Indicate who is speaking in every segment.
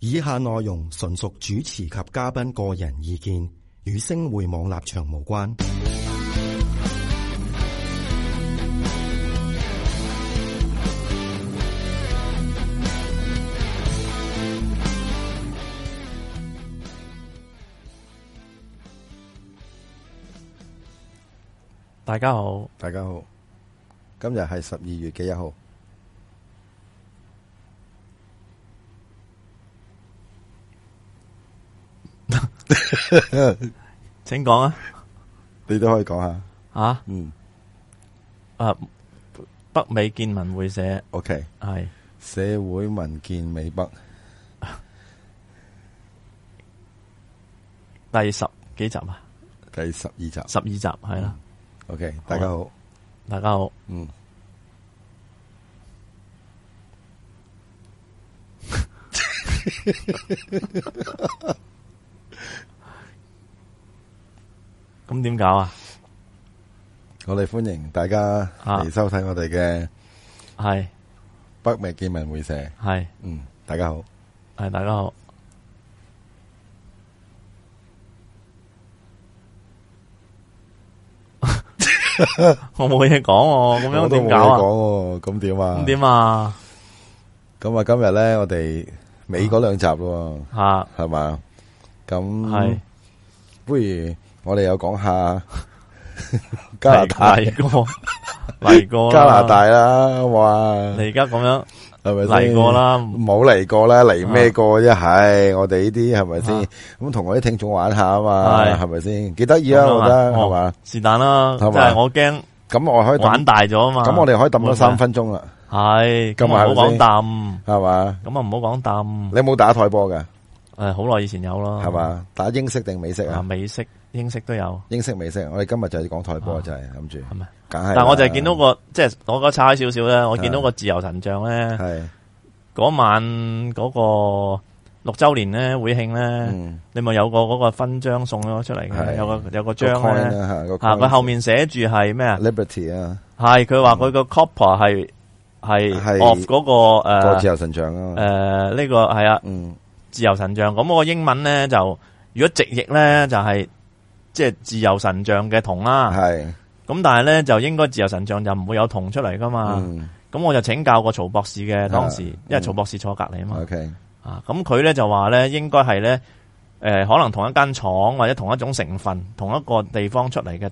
Speaker 1: 以下內容純屬主持及嘉賓個人意見，與星匯網立場無關。
Speaker 2: 大家好，
Speaker 3: 大家好，今日係十二月嘅一號，
Speaker 2: 請講啊！
Speaker 3: 你都可以講下。
Speaker 2: 啊，
Speaker 3: 嗯
Speaker 2: 啊，北美見聞會社
Speaker 3: ，OK，
Speaker 2: 係
Speaker 3: 社會民建美北
Speaker 2: 第十幾集啊，
Speaker 3: 第十二集
Speaker 2: 十二集係啦。
Speaker 3: ，OK，大家好，
Speaker 2: 大家好，
Speaker 3: 嗯，
Speaker 2: 咁點搞啊？
Speaker 3: 我哋歡迎大家嚟收睇我哋嘅
Speaker 2: 係
Speaker 3: 北美見聞會社，
Speaker 2: 係
Speaker 3: 嗯，大家好，
Speaker 2: 係，大家 好。我冇嘢講喎，咁樣
Speaker 3: 我都
Speaker 2: 點
Speaker 3: 冇
Speaker 2: 搞
Speaker 3: 嘢
Speaker 2: 啊？
Speaker 3: 講喎，咁點啊
Speaker 2: 咁？點啊？
Speaker 3: 咁啊，今日咧我哋尾嗰兩集咯，
Speaker 2: 吓
Speaker 3: 係嘛？咁
Speaker 2: 係
Speaker 3: 不如我哋又講 下加拿大，
Speaker 2: 嚟過 嚟過啦
Speaker 3: 加拿大啦，哇！
Speaker 2: 你而家咁樣
Speaker 3: 係咪先
Speaker 2: 嚟過啦，
Speaker 3: 冇嚟過啦，嚟咩過啫？係我哋呢啲係咪
Speaker 2: 啊
Speaker 3: 先？咁同我啲聽眾玩下啊嘛，
Speaker 2: 係
Speaker 3: 係咪先？幾得意啊！
Speaker 2: 咁樣
Speaker 3: 我覺得
Speaker 2: 啊
Speaker 3: 係嘛？
Speaker 2: 是但啦，即
Speaker 3: 係嘛
Speaker 2: 係我驚
Speaker 3: 咁我可以
Speaker 2: 玩
Speaker 3: 抌，
Speaker 2: 大咗啊嘛。
Speaker 3: 咁我哋可以抌咗三分鐘啦，
Speaker 2: 系咁
Speaker 3: 咁
Speaker 2: 啊，
Speaker 3: 啊
Speaker 2: 唔好講抌，
Speaker 3: 係嘛？
Speaker 2: 咁啊唔好講抌
Speaker 3: 你。有冇打台波㗎？
Speaker 2: 诶，好耐以前有啦，
Speaker 3: 係？嘛？打英式定美式
Speaker 2: 啊，
Speaker 3: 啊？
Speaker 2: 美式、英式都有，
Speaker 3: 英式美式，我哋今日就要講台波，
Speaker 2: 啊
Speaker 3: 就係諗住，
Speaker 2: 係咪？
Speaker 3: 梗係啦。
Speaker 2: 但我就係見到個，即係我嗰差少少咧，我見到個自由神像咧，
Speaker 3: 係，
Speaker 2: 嗰晚嗰個六周年咧會慶咧，
Speaker 3: 嗯，
Speaker 2: 你咪有個嗰個勳章送咗出嚟嘅，
Speaker 3: 係
Speaker 2: 有個有個
Speaker 3: 個
Speaker 2: 章
Speaker 3: coin
Speaker 2: 咧，
Speaker 3: 啊嚇個 coin
Speaker 2: 吓佢後面寫住係咩啊？
Speaker 3: Liberty 啊，
Speaker 2: 係佢話
Speaker 3: 嗯
Speaker 2: 佢個 copper 係係
Speaker 3: 係
Speaker 2: of 嗰個
Speaker 3: 個自
Speaker 2: 诶
Speaker 3: 由神像啊，
Speaker 2: 诶呢個係啊。
Speaker 3: 嗯，
Speaker 2: 自由神像。咁我英文咧就如果直譯咧就係即係自由神像嘅銅啦。
Speaker 3: 係，
Speaker 2: 咁但係咧就應該自由神像就唔會有銅出嚟噶嘛。
Speaker 3: 嗯
Speaker 2: 咁、我就請教過曹博士
Speaker 3: 啊
Speaker 2: 嘅當時，
Speaker 3: 係
Speaker 2: 因為曹博士坐隔離啊嘛。
Speaker 3: ，OK，
Speaker 2: 啊，咁佢咧就話咧應該係咧誒可能同一間廠或者同一種成分、同一個地方出嚟嘅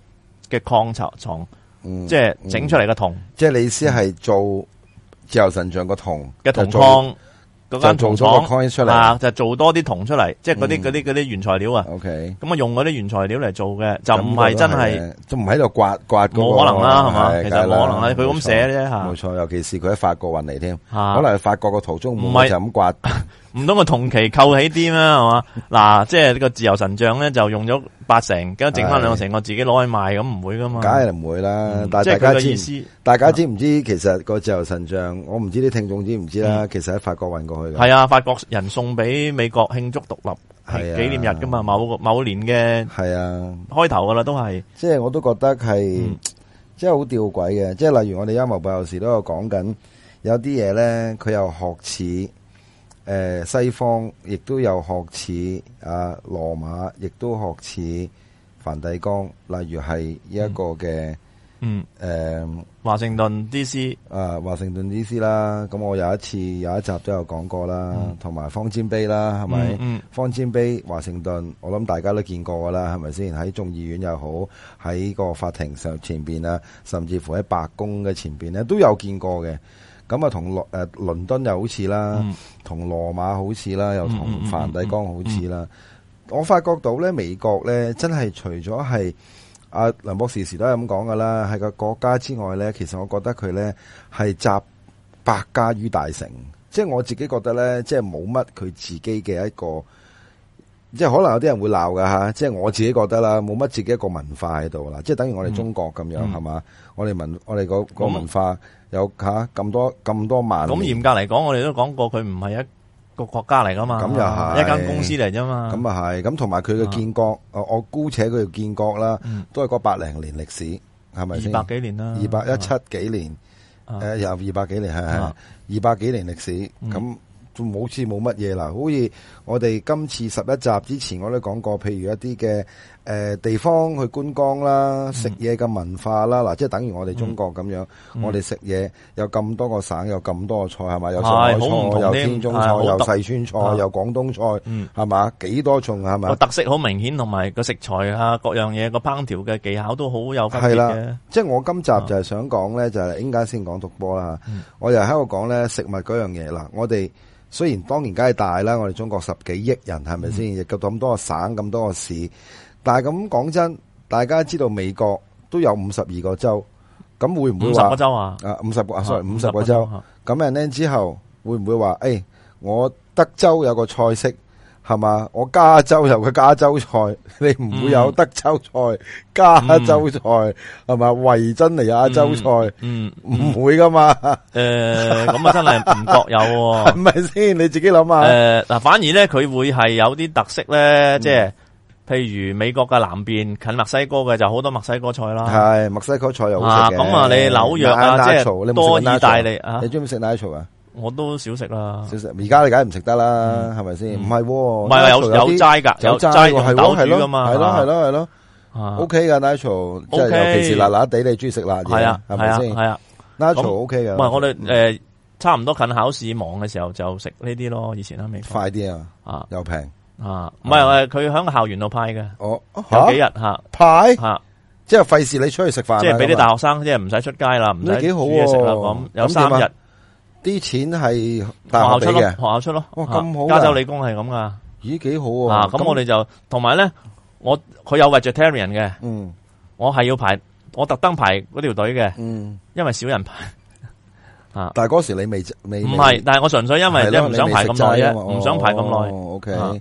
Speaker 2: 嘅礦層床，
Speaker 3: 嗯
Speaker 2: 即係整出嚟嘅銅
Speaker 3: 即係你意思係做自由神像個銅
Speaker 2: 嘅
Speaker 3: 就
Speaker 2: 銅
Speaker 3: 做
Speaker 2: 礦。嗰間
Speaker 3: 就
Speaker 2: 銅
Speaker 3: 做咗個
Speaker 2: 廠
Speaker 3: coin 出嚟
Speaker 2: 啊，就做多啲銅出嚟，即係嗰啲
Speaker 3: 嗯
Speaker 2: 嗰啲嗰啲原材料啊。
Speaker 3: ，OK，
Speaker 2: 咁啊用嗰啲原材料嚟做嘅，就唔
Speaker 3: 咁
Speaker 2: 係
Speaker 3: 都
Speaker 2: 真係，
Speaker 3: 都唔喺度刮刮嗰個
Speaker 2: 冇可能啦，係嘛？
Speaker 3: 係
Speaker 2: 其
Speaker 3: 梗
Speaker 2: 實
Speaker 3: 係
Speaker 2: 冇可能啦，佢咁寫
Speaker 3: 冇錯
Speaker 2: 啫
Speaker 3: 冇
Speaker 2: 嚇
Speaker 3: 錯，尤其是佢喺法國運嚟添，可
Speaker 2: 嚇，
Speaker 3: 能係法國個途中
Speaker 2: 唔
Speaker 3: 唔
Speaker 2: 係
Speaker 3: 係就咁刮，
Speaker 2: 唔通個同期扣起啲咩 係嘛？嗱，即係呢個自由神像咧就用咗八成，跟住整翻兩成，我自己攞去賣，咁唔會噶嘛？
Speaker 3: 梗係唔會啦
Speaker 2: 嗯，
Speaker 3: 但
Speaker 2: 即係
Speaker 3: 係
Speaker 2: 佢
Speaker 3: 大家
Speaker 2: 嘅意
Speaker 3: 知，
Speaker 2: 思
Speaker 3: 大家知唔知其實個自由神像，我唔知啲聽眾知唔知啦，其實喺法國運過去嘅，
Speaker 2: 係啊，法國人送俾美國慶祝獨立
Speaker 3: 係啊
Speaker 2: 紀念日噶嘛，某個某年嘅
Speaker 3: 係啊，
Speaker 2: 開頭噶啦，都係
Speaker 3: 即係我都覺得係
Speaker 2: 嗯，
Speaker 3: 即係好吊詭嘅，即係例如我哋陰謀背後時都有講緊，有啲嘢咧，佢又學似诶西方，亦都有學似啊羅馬，亦都學似梵蒂岡，例如係呢一個嘅
Speaker 2: 嗯
Speaker 3: 诶
Speaker 2: 華盛頓 D.C.
Speaker 3: 啊華盛頓 D.C. 啦，咁我有一次有一集都有講過啦，同埋方尖碑啦，係咪？
Speaker 2: 嗯嗯
Speaker 3: 方尖碑、華盛頓，我諗大家都見過噶啦，係咪先？喺眾議院又好，喺個法庭上前邊啊，甚至乎喺白宮嘅前邊咧，都有見過嘅。咁啊，同羅誒倫敦又好似啦，
Speaker 2: 嗯
Speaker 3: 同羅馬好似啦，又
Speaker 2: 嗯嗯
Speaker 3: 同
Speaker 2: 嗯
Speaker 3: 梵蒂岡好似啦。我發覺到咧，美國咧真係除咗係阿梁博士時都係咁講噶啦，係個國家之外咧，其實我覺得佢咧係集百家於大成，即係我自己覺得咧，即係冇乜佢自己嘅一個，即係可能有啲人會鬧噶吓，即係我自己覺得啦，冇乜自己一個文化喺度啦，即係等於我哋中國咁樣
Speaker 2: 嗯
Speaker 3: 係嘛、我哋文我哋個個
Speaker 2: 咁
Speaker 3: 文化有吓咁、多咁多萬
Speaker 2: 嗯咁
Speaker 3: 年
Speaker 2: 嚴格嚟講，我哋都講過佢唔係一個國家嚟噶嘛，
Speaker 3: 咁又係
Speaker 2: 一間公司嚟啫嘛。
Speaker 3: 咁啊係，咁同埋佢嘅建國，我我姑且佢嘅建國啦，
Speaker 2: 嗯
Speaker 3: 都係嗰百零年歷史，係咪
Speaker 2: 二
Speaker 3: 先？
Speaker 2: 百幾年啦，
Speaker 3: 二百一七幾年，
Speaker 2: 啊
Speaker 3: 誒有二百幾年係係
Speaker 2: 啊
Speaker 3: 二百幾年歷史，
Speaker 2: 嗯
Speaker 3: 咁仲好似冇乜嘢啦。好似我哋今次十一集之前我都講過，譬如一啲嘅誒地方去觀光啦、
Speaker 2: 嗯
Speaker 3: 食嘢嘅文化啦，嗱、即係等於我哋中國咁樣，我哋食嘢有咁多個省，有咁多個菜係咪？有上海
Speaker 2: 係好唔同
Speaker 3: 菜，有
Speaker 2: 添
Speaker 3: 天津
Speaker 2: 係
Speaker 3: 菜，
Speaker 2: 好
Speaker 3: 有
Speaker 2: 特
Speaker 3: 四川菜，
Speaker 2: 啊
Speaker 3: 有廣東菜，
Speaker 2: 嗯，
Speaker 3: 係嘛？幾多種係咪
Speaker 2: 個？特色好明顯，同埋個食材啊，各樣嘢個烹調嘅技巧都好有分別
Speaker 3: 係啦
Speaker 2: 嘅。
Speaker 3: 即係我今集就係想講咧，就係應該先講獨波啦。
Speaker 2: 啊嗯
Speaker 3: 我又喺度講咧食物嗰樣嘢啦。我哋雖然當然梗係大啦，我哋中國十幾億人係咪
Speaker 2: 嗯
Speaker 3: 先？亦咁咁多個省咁多個市，但係咁講真，大家知道美國都有五十二個州，咁會唔會
Speaker 2: 五十個
Speaker 3: 話
Speaker 2: 州啊，
Speaker 3: 啊五十個啊 sorry 五十個
Speaker 2: 個
Speaker 3: 州？
Speaker 2: 啊
Speaker 3: 咁人咧之後會唔會話？誒、我德州有個菜式係嘛？我加州有個加州菜， 你唔會有
Speaker 2: 嗯
Speaker 3: 德州菜、加州菜係嘛？維珍尼亞州啊菜
Speaker 2: 嗯，
Speaker 3: 唔、會噶 嘛？
Speaker 2: 诶，咁啊真係唔覺有
Speaker 3: 係
Speaker 2: 喎。
Speaker 3: 咪先？你自己諗下。
Speaker 2: 诶，嗱，反而咧佢會係有啲特色
Speaker 3: 嗯
Speaker 2: 咧，即係譬如美國嘅南邊近墨西哥嘅就好多墨西哥菜啦。
Speaker 3: 係墨西哥菜又好
Speaker 2: 啊，
Speaker 3: 食嘅
Speaker 2: 咁啊，你紐約啊，即
Speaker 3: Nacho，
Speaker 2: 係
Speaker 3: 你冇
Speaker 2: 多
Speaker 3: 食過
Speaker 2: 意
Speaker 3: nacho？
Speaker 2: 大利啊
Speaker 3: 你，中唔中意食 nacho 啊？
Speaker 2: 我都少食啦。
Speaker 3: 少食而家你梗係唔食得啦，係咪先？
Speaker 2: 嗯
Speaker 3: 唔係喎，
Speaker 2: 唔
Speaker 3: 唔
Speaker 2: 係啊有有齋㗎，
Speaker 3: 有
Speaker 2: 有
Speaker 3: 齋喎係
Speaker 2: 齋用
Speaker 3: 咯
Speaker 2: 豆
Speaker 3: 係
Speaker 2: 煮
Speaker 3: 咯
Speaker 2: 噶嘛。
Speaker 3: 係咯係咯係咯。
Speaker 2: 啊
Speaker 3: O K 噶 Nacho，即係
Speaker 2: OK
Speaker 3: 尤其是辣辣地，你中意食辣
Speaker 2: 係
Speaker 3: 嘢
Speaker 2: 啊，，
Speaker 3: 係
Speaker 2: 係
Speaker 3: 咪
Speaker 2: 啊，
Speaker 3: 先
Speaker 2: 係啊。
Speaker 3: ？Nacho 嗯
Speaker 2: 咁
Speaker 3: O K 噶，
Speaker 2: 唔係我哋誒差唔多近考試忙嘅時候就食呢啲咯，以前喺美國
Speaker 3: 快啲啊，
Speaker 2: 啊
Speaker 3: 又平。
Speaker 2: 啊，唔係誒佢喺個校園度派嘅，
Speaker 3: 我
Speaker 2: 有幾
Speaker 3: 嚇
Speaker 2: 日嚇
Speaker 3: 派，
Speaker 2: 嚇，
Speaker 3: 即係費事你出去食飯啊。
Speaker 2: 即係俾
Speaker 3: 咁
Speaker 2: 啲
Speaker 3: 啊
Speaker 2: 大學生即係唔使出街啦，唔
Speaker 3: 咁
Speaker 2: 使
Speaker 3: 幾好
Speaker 2: 煮
Speaker 3: 喎
Speaker 2: 嘢食啦，咁有
Speaker 3: 咁
Speaker 2: 三
Speaker 3: 點
Speaker 2: 日
Speaker 3: 啊啲錢係
Speaker 2: 學
Speaker 3: 大
Speaker 2: 校
Speaker 3: 學
Speaker 2: 出
Speaker 3: 俾
Speaker 2: 咯，
Speaker 3: 嘅
Speaker 2: 學，校出咯，
Speaker 3: 哇咁
Speaker 2: 啊
Speaker 3: 好哦㗎
Speaker 2: 加州理工係咁噶，啊
Speaker 3: 咦幾好喎。
Speaker 2: 咁我哋就同埋咧，我佢有 vegetarian 嘅，
Speaker 3: 嗯
Speaker 2: 我係要排，我特登排嗰條隊嘅，
Speaker 3: 嗯，
Speaker 2: 因為少人排。 啊，
Speaker 3: 但係嗰時你未未
Speaker 2: 唔係，但係我純粹因為
Speaker 3: 係
Speaker 2: 即係
Speaker 3: 咯
Speaker 2: 唔想
Speaker 3: 你未
Speaker 2: 排
Speaker 3: 食
Speaker 2: 咁耐
Speaker 3: 齋啊
Speaker 2: 啫，
Speaker 3: 嘛
Speaker 2: 唔想排咁
Speaker 3: 哦
Speaker 2: 耐。
Speaker 3: ，O
Speaker 2: 啊
Speaker 3: K。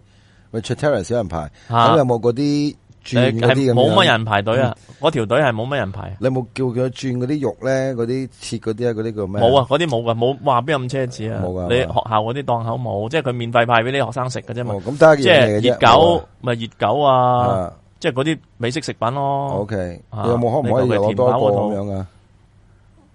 Speaker 3: 喂 c h a t e r 少人排，
Speaker 2: 啊
Speaker 3: 咁有冇嗰啲轉嗰
Speaker 2: 系
Speaker 3: 啲咁嗯
Speaker 2: 冇
Speaker 3: 樣
Speaker 2: 乜人排隊啊，嗰條隊係冇乜人排啊，
Speaker 3: 你有冇叫佢轉嗰啲肉咧？嗰啲切嗰啲啊，嗰啲叫咩？
Speaker 2: 冇啊，嗰啲冇噶，冇話邊有咁奢侈啊？
Speaker 3: 冇㗎
Speaker 2: 你
Speaker 3: 係
Speaker 2: 學
Speaker 3: 嘛
Speaker 2: 校嗰啲檔口冇，即係佢免費派俾啲學生食嘅啫嘛。
Speaker 3: 哦，咁得一
Speaker 2: 即
Speaker 3: 樣嘢
Speaker 2: 係
Speaker 3: 嘅啫哦
Speaker 2: 熱狗咪熱狗
Speaker 3: 冇啊
Speaker 2: 啊，
Speaker 3: 啊
Speaker 2: 即係嗰啲美式食品咯。
Speaker 3: ，OK，
Speaker 2: 啊
Speaker 3: 你有冇可唔可以
Speaker 2: 你求
Speaker 3: 攞
Speaker 2: 其
Speaker 3: 多一個
Speaker 2: 填飽嗰
Speaker 3: 咁
Speaker 2: 度
Speaker 3: 樣啊？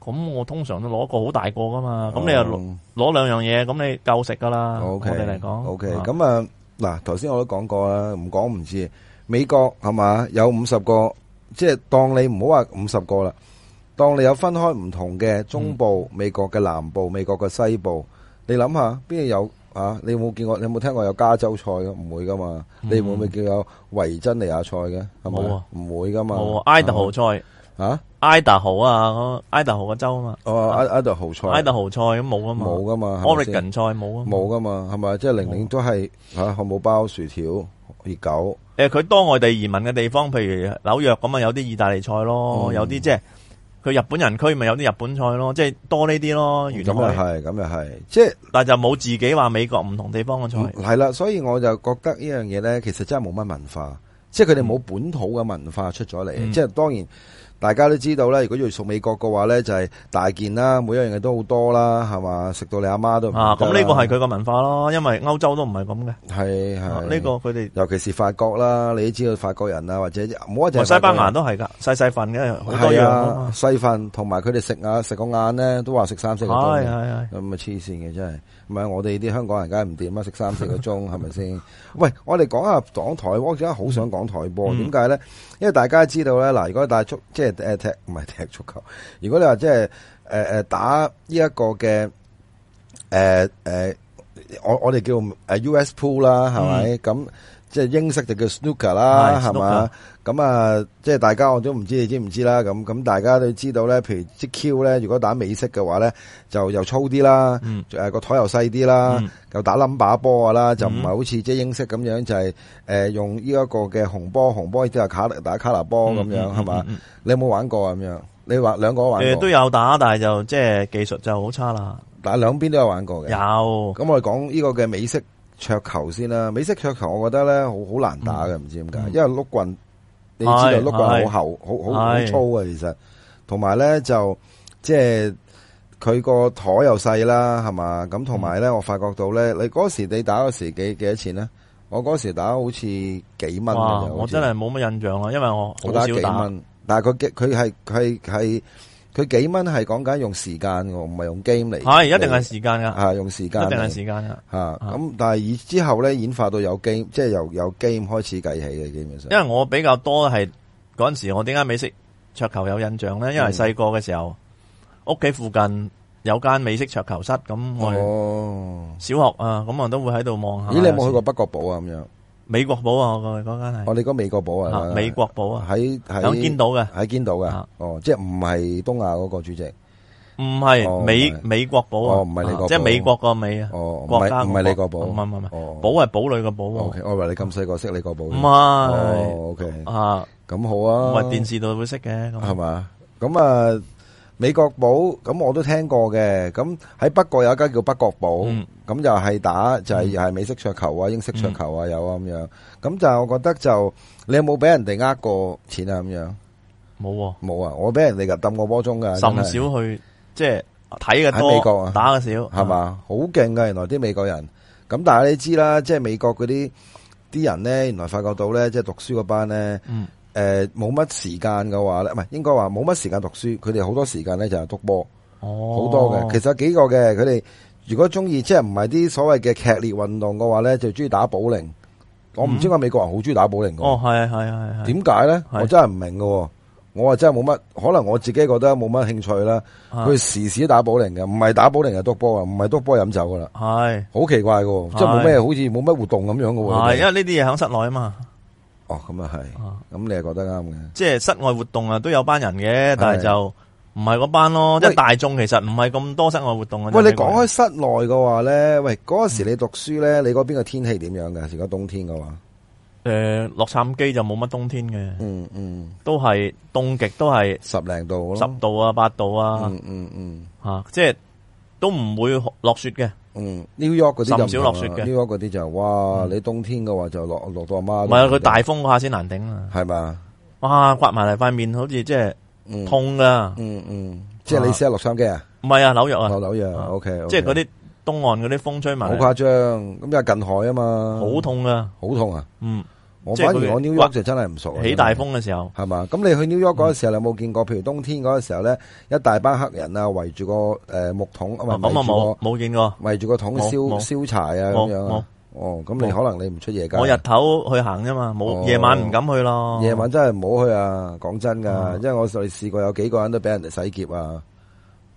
Speaker 2: 咁我通常都攞個好大個噶嘛，咁你又攞
Speaker 3: 嗯
Speaker 2: 攞兩樣嘢，咁你夠食噶啦。
Speaker 3: OK，
Speaker 2: 我哋嚟講
Speaker 3: OK，
Speaker 2: 啊
Speaker 3: 咁啊嗱，頭先我都講過啦，唔講唔知。美國係嘛有五十個，即係當你唔好話五十個啦，當你有分開唔同嘅中部、
Speaker 2: 嗯
Speaker 3: 美國嘅南部、美國嘅西部，你諗下邊度有啊？你有冇見過？你有冇聽過有加州菜嘅？唔會噶嘛？
Speaker 2: 嗯
Speaker 3: 你會唔會叫有維珍尼亞菜嘅？係咪
Speaker 2: 冇啊
Speaker 3: 唔會噶嘛？
Speaker 2: 冇啊，Idaho 菜
Speaker 3: 啊？
Speaker 2: ，Idaho 啊嗰，Idaho 個州啊嘛
Speaker 3: 哦，I I 度豪菜
Speaker 2: ，Idaho 菜咁冇啊嘛
Speaker 3: 冇噶嘛係咪先
Speaker 2: ，Oregon 菜冇啊嘛。
Speaker 3: 冇噶嘛？係咪？即係零零都係嚇漢堡包、薯條、熱狗。
Speaker 2: 诶，佢多外地移民嘅地方，譬如紐約咁啊，有啲意大利菜咯，
Speaker 3: 嗯
Speaker 2: 有啲即係佢日本人區咪有啲日本菜咯，即係多呢啲咯。原
Speaker 3: 咁又啊
Speaker 2: 來，
Speaker 3: 係，咁又係，即係
Speaker 2: 但就冇自己話美國唔同地方嘅菜。
Speaker 3: 係啦，所以我就覺得呢樣嘢咧，其實真係冇乜文化，即係佢哋冇本土嘅文化出咗嚟。
Speaker 2: 嗯
Speaker 3: 即係當然，大家都知道啦。如果要屬美國嘅話咧，就係、大件啦，每一樣嘢都好多啦，係嘛？食到你阿媽都唔
Speaker 2: 啊，咁呢個係
Speaker 3: 佢
Speaker 2: 佢嘅文化咯，因為歐洲都唔係咁嘅。
Speaker 3: 係
Speaker 2: 啊
Speaker 3: 係
Speaker 2: 呢個，佢哋
Speaker 3: 尤其是法國啦，你都知道法國人啊，或者冇一
Speaker 2: 同
Speaker 3: 隻
Speaker 2: 西班牙都係㗎，細細份嘅，好多樣
Speaker 3: 係
Speaker 2: 㗎
Speaker 3: 啊，
Speaker 2: 嘛。
Speaker 3: 西份同埋佢哋食啊食個晏咧，都話食三四個鐘
Speaker 2: 係
Speaker 3: 嘅。
Speaker 2: 係係。
Speaker 3: 咁啊黐線嘅真係，唔係我哋啲香港人梗係唔掂啊啦，食三四個鐘係咪先？ 喂，我哋講下港台，我而家好想講台波，點
Speaker 2: 嗯
Speaker 3: 解咧？因為大家知道咧，嗱，如果打足即係誒踢唔係踢足球，如果你話即係誒誒打呢一個嘅誒誒，我我哋叫誒 US pool 啦，係咪？咁即係英式就叫 snooker 啦，
Speaker 2: 嗯係
Speaker 3: 係嘛？咁啊，即係大家我都唔知你知唔知啦。咁咁大家都知道咧，譬如即 Q 咧，如果打美式嘅話咧，就又粗啲啦，
Speaker 2: 嗯
Speaker 3: 誒個台又細啲啦，
Speaker 2: 嗯
Speaker 3: 又打 number 波啊啦，就唔
Speaker 2: 嗯
Speaker 3: 係好似即係英式咁樣，就係、誒用呢一個嘅紅波，紅波亦都有卡打卡拿波咁樣係嘛？
Speaker 2: 嗯嗯嗯
Speaker 3: 你有冇玩過啊咁樣？你話兩個都玩
Speaker 2: 誒
Speaker 3: 過
Speaker 2: 都，有打，但係就即係技術就好差啦。
Speaker 3: 但係兩邊都有玩過嘅。
Speaker 2: 有
Speaker 3: 咁我哋講呢個嘅美式桌球先啦。美式桌球我覺得咧好好難打嘅，唔、知點解，
Speaker 2: 嗯
Speaker 3: 因為碌棍，你知道
Speaker 2: 係
Speaker 3: 碌棍好厚，好好好
Speaker 2: 係
Speaker 3: 粗啊，其實。同埋咧就即係佢個台又細啦，係嘛？咁同埋咧，我發覺到咧，你嗰時你打嗰時幾幾多錢咧？我嗰時打好似幾蚊嘅
Speaker 2: 哇！
Speaker 3: 啫，
Speaker 2: 我
Speaker 3: 好似
Speaker 2: 真係冇乜印象啦，因為我
Speaker 3: 我
Speaker 2: 好
Speaker 3: 打
Speaker 2: 少
Speaker 3: 幾
Speaker 2: 打。
Speaker 3: 蚊，但係佢嘅佢係佢係佢幾蚊係講緊用時間喎，唔係用 game 嚟。
Speaker 2: 係一定係時間噶，
Speaker 3: 啊，用時間嚟。
Speaker 2: 一定係時間啊噶。
Speaker 3: 吓啊咁，但係以之後咧演化到有 game，即係由有 game 開始計起嘅，基本上。
Speaker 2: 因為我比較多係嗰阵时，我點解美式桌球有印象咧？因為
Speaker 3: 嗯
Speaker 2: 細個嘅時候，屋企附近有間美式桌球室，咁我哋
Speaker 3: 哦，
Speaker 2: 小學啊，咁我都會喺度望下。
Speaker 3: 咦，你有冇去過北角堡啊？咁樣，
Speaker 2: 美國堡啊？我哋嗰間係
Speaker 3: 我哋講美國堡啊，
Speaker 2: 啊美國堡啊，
Speaker 3: 喺喺
Speaker 2: 響堅島嘅，
Speaker 3: 喺堅島嘅
Speaker 2: 啊。
Speaker 3: 哦，即係唔係東亞嗰個主席，
Speaker 2: 唔
Speaker 3: 哦
Speaker 2: 係美
Speaker 3: 唔係
Speaker 2: 美國堡啊，
Speaker 3: 哦唔係美國堡
Speaker 2: 啊即係美國個美啊，
Speaker 3: 哦，唔
Speaker 2: 國
Speaker 3: 係
Speaker 2: 家個
Speaker 3: 唔係李國堡，
Speaker 2: 唔係唔係唔係
Speaker 3: 哦
Speaker 2: 堡係堡壘個堡
Speaker 3: ，O K，
Speaker 2: 喎，
Speaker 3: 我以為你咁細個識李國堡
Speaker 2: 唔
Speaker 3: 嘅，
Speaker 2: 係
Speaker 3: 哦，O K，
Speaker 2: 啊，
Speaker 3: 咁好啊，
Speaker 2: 唔係電視度會識嘅咁
Speaker 3: 系嘛？咁啊，美國堡咁我都聽過嘅。咁喺北角有一間叫北角堡，咁、
Speaker 2: 嗯
Speaker 3: 就係打就係、又係美式桌球啊、英式桌球
Speaker 2: 嗯
Speaker 3: 啊有啊咁樣。咁就我覺得就你有冇俾人哋呃過錢啊咁樣？
Speaker 2: 冇
Speaker 3: 冇啊，我俾人哋就抌過波鐘噶，
Speaker 2: 喎，
Speaker 3: 啊真係
Speaker 2: 甚少去即係睇嘅
Speaker 3: 喺美國
Speaker 2: 多
Speaker 3: 啊，
Speaker 2: 打嘅少
Speaker 3: 係？
Speaker 2: 啊
Speaker 3: 嘛？好勁噶，原來啲美國人。咁但係你知啦，即係美國嗰啲啲人咧，原來發覺到咧，即係讀書嗰班咧。
Speaker 2: 嗯
Speaker 3: 誒冇乜時間嘅話咧，唔係應該話冇乜時間讀書，佢哋好多時間咧就係督波。
Speaker 2: 哦，
Speaker 3: 好多嘅，其實有幾個嘅，佢哋如果中意即係唔係啲所謂嘅劇烈運動嘅話咧，就中意打保齡。我唔知點解美國人好中意打保齡
Speaker 2: 嗯哦
Speaker 3: 嘅，
Speaker 2: 係係係係
Speaker 3: 點解咧？
Speaker 2: 係
Speaker 3: 我真係唔明嘅喎。我啊真係冇乜，可能我自己覺得冇乜興趣啦。
Speaker 2: 啊
Speaker 3: 佢時時都打保齡嘅，唔係打保齡就督波啊，唔係督波飲酒噶啦，
Speaker 2: 係
Speaker 3: 好奇怪嘅喎，
Speaker 2: 係
Speaker 3: 即係冇咩好似冇乜活動咁樣嘅喎。
Speaker 2: 係，
Speaker 3: 佢
Speaker 2: 因
Speaker 3: 哋
Speaker 2: 為呢啲嘢喺室內啊嘛，
Speaker 3: 哦，咁啊
Speaker 2: 啊
Speaker 3: 係，咁你係覺得啱嘅。
Speaker 2: 即係室外活動啊都有班人嘅，但
Speaker 3: 係
Speaker 2: 係就唔係嗰班咯，即
Speaker 3: 喂
Speaker 2: 係大眾其實唔係咁多室外活動啊。
Speaker 3: 喂，你講
Speaker 2: 真係美國
Speaker 3: 開
Speaker 2: 人
Speaker 3: 室內嘅話咧，喂嗰
Speaker 2: 嗯
Speaker 3: 時你讀書咧，你嗰邊嘅天氣點樣嘅？如果冬天嘅話，
Speaker 2: 誒洛杉磯就冇乜冬天嘅，
Speaker 3: 嗯嗯。
Speaker 2: 都係凍極都係。
Speaker 3: 十零度咯，
Speaker 2: 十度啊，八度啊，
Speaker 3: 嗯嗯嗯
Speaker 2: 啊，即系都唔会落雪嘅。
Speaker 3: 嗯，New York 嗰啲就唔同啦
Speaker 2: 甚少落雪嘅嗯
Speaker 3: ，New York 嗰啲就哇，你冬天嘅話就落落到阿媽
Speaker 2: 唔
Speaker 3: 都唔
Speaker 2: 系
Speaker 3: 得，
Speaker 2: 佢大风嗰下先难顶啊！
Speaker 3: 係嘛，
Speaker 2: 哇，刮埋嚟块面好似即系
Speaker 3: 嗯
Speaker 2: 痛噶。
Speaker 3: 嗯嗯，即係你試下洛杉磯啊，
Speaker 2: 唔系啊，纽约啊
Speaker 3: 落，紐約
Speaker 2: 啊
Speaker 3: ，OK，
Speaker 2: 即系嗰啲东岸嗰啲风吹埋
Speaker 3: 好
Speaker 2: 嚟，
Speaker 3: 誇張，咁又近海啊嘛，
Speaker 2: 好痛噶。
Speaker 3: 好痛啊！
Speaker 2: 嗯，
Speaker 3: 我
Speaker 2: 即係
Speaker 3: 反而
Speaker 2: 佢
Speaker 3: 我 New York 就真係唔熟啊，
Speaker 2: 起大風嘅時候，
Speaker 3: 係嘛？咁你去 New York 嗰陣時候，你有冇見過？譬如冬天嗰陣時候咧，一大班黑人啊，圍住個誒木桶啊，
Speaker 2: 咁啊
Speaker 3: 唔係圍
Speaker 2: 冇
Speaker 3: 住
Speaker 2: 冇見過。
Speaker 3: 個圍住個桶
Speaker 2: 冇
Speaker 3: 燒
Speaker 2: 冇
Speaker 3: 燒柴啊
Speaker 2: 冇
Speaker 3: 咁樣
Speaker 2: 冇
Speaker 3: 啊。哦，咁你
Speaker 2: 冇
Speaker 3: 可能你唔出夜街啊。
Speaker 2: 我日頭去行啫
Speaker 3: 哦
Speaker 2: 嘛，冇夜晚唔敢去咯。
Speaker 3: 夜晚真係唔好去啊！講真噶，
Speaker 2: 啊
Speaker 3: 因為我哋試過有幾個人都俾人哋洗劫啊。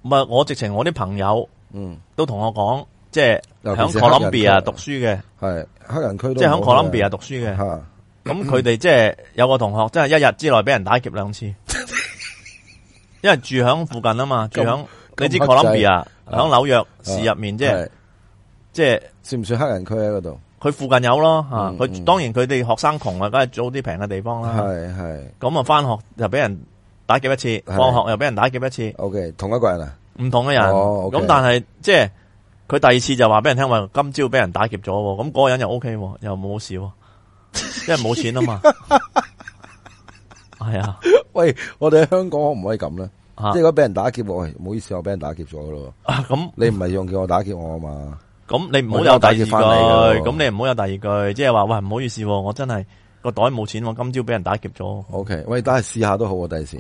Speaker 2: 唔係我直情我啲朋友
Speaker 3: 嗯，
Speaker 2: 都同我講，即係
Speaker 3: 尤
Speaker 2: 響
Speaker 3: 其是
Speaker 2: Columbia 讀
Speaker 3: 讀
Speaker 2: 書嘅，
Speaker 3: 係黑人區都啊
Speaker 2: 即係響 Columbia
Speaker 3: 讀
Speaker 2: 讀書嘅。
Speaker 3: 嚇，
Speaker 2: 咁佢哋即係有個同學，真係一日之內俾人打劫 兩次，因為住響附近啊嘛，住響
Speaker 3: 咁
Speaker 2: 你知
Speaker 3: 黑仔
Speaker 2: Columbia 響紐約市入面，即係
Speaker 3: 係
Speaker 2: 即係
Speaker 3: 算唔算黑人區喺嗰度？
Speaker 2: 佢附近有咯吓，
Speaker 3: 嗯
Speaker 2: 佢
Speaker 3: 嗯
Speaker 2: 當然佢哋學生窮啊，梗係租啲平嘅地方啦。
Speaker 3: 係係
Speaker 2: 咁啊，翻學就俾人打劫一次，放學又俾人打劫一次，
Speaker 3: OK，同一個人啊，
Speaker 2: 唔同嘅人。
Speaker 3: 哦，OK
Speaker 2: 咁但係即係佢第二次就話俾人聽話，今朝俾人打劫咗喎，咁嗰個人又 O K，又冇事喎，因為冇錢 啊嘛。係啊，
Speaker 3: 喂，我哋喺香港可唔可以咁咧？
Speaker 2: 啊
Speaker 3: 即係如果俾人打劫，喂，唔好意思，我俾人打劫咗咯。
Speaker 2: 啊咁。
Speaker 3: 你唔係用叫我打劫我啊嘛？
Speaker 2: 咁你唔好有第
Speaker 3: 我有打
Speaker 2: 二句，
Speaker 3: 劫返你㗎喎
Speaker 2: 咁你唔好有第二句，即係話喂唔好意思喎，我真係個袋冇錢喎，今朝俾人打劫咗。
Speaker 3: OK，喂，但係試下都好啊，第時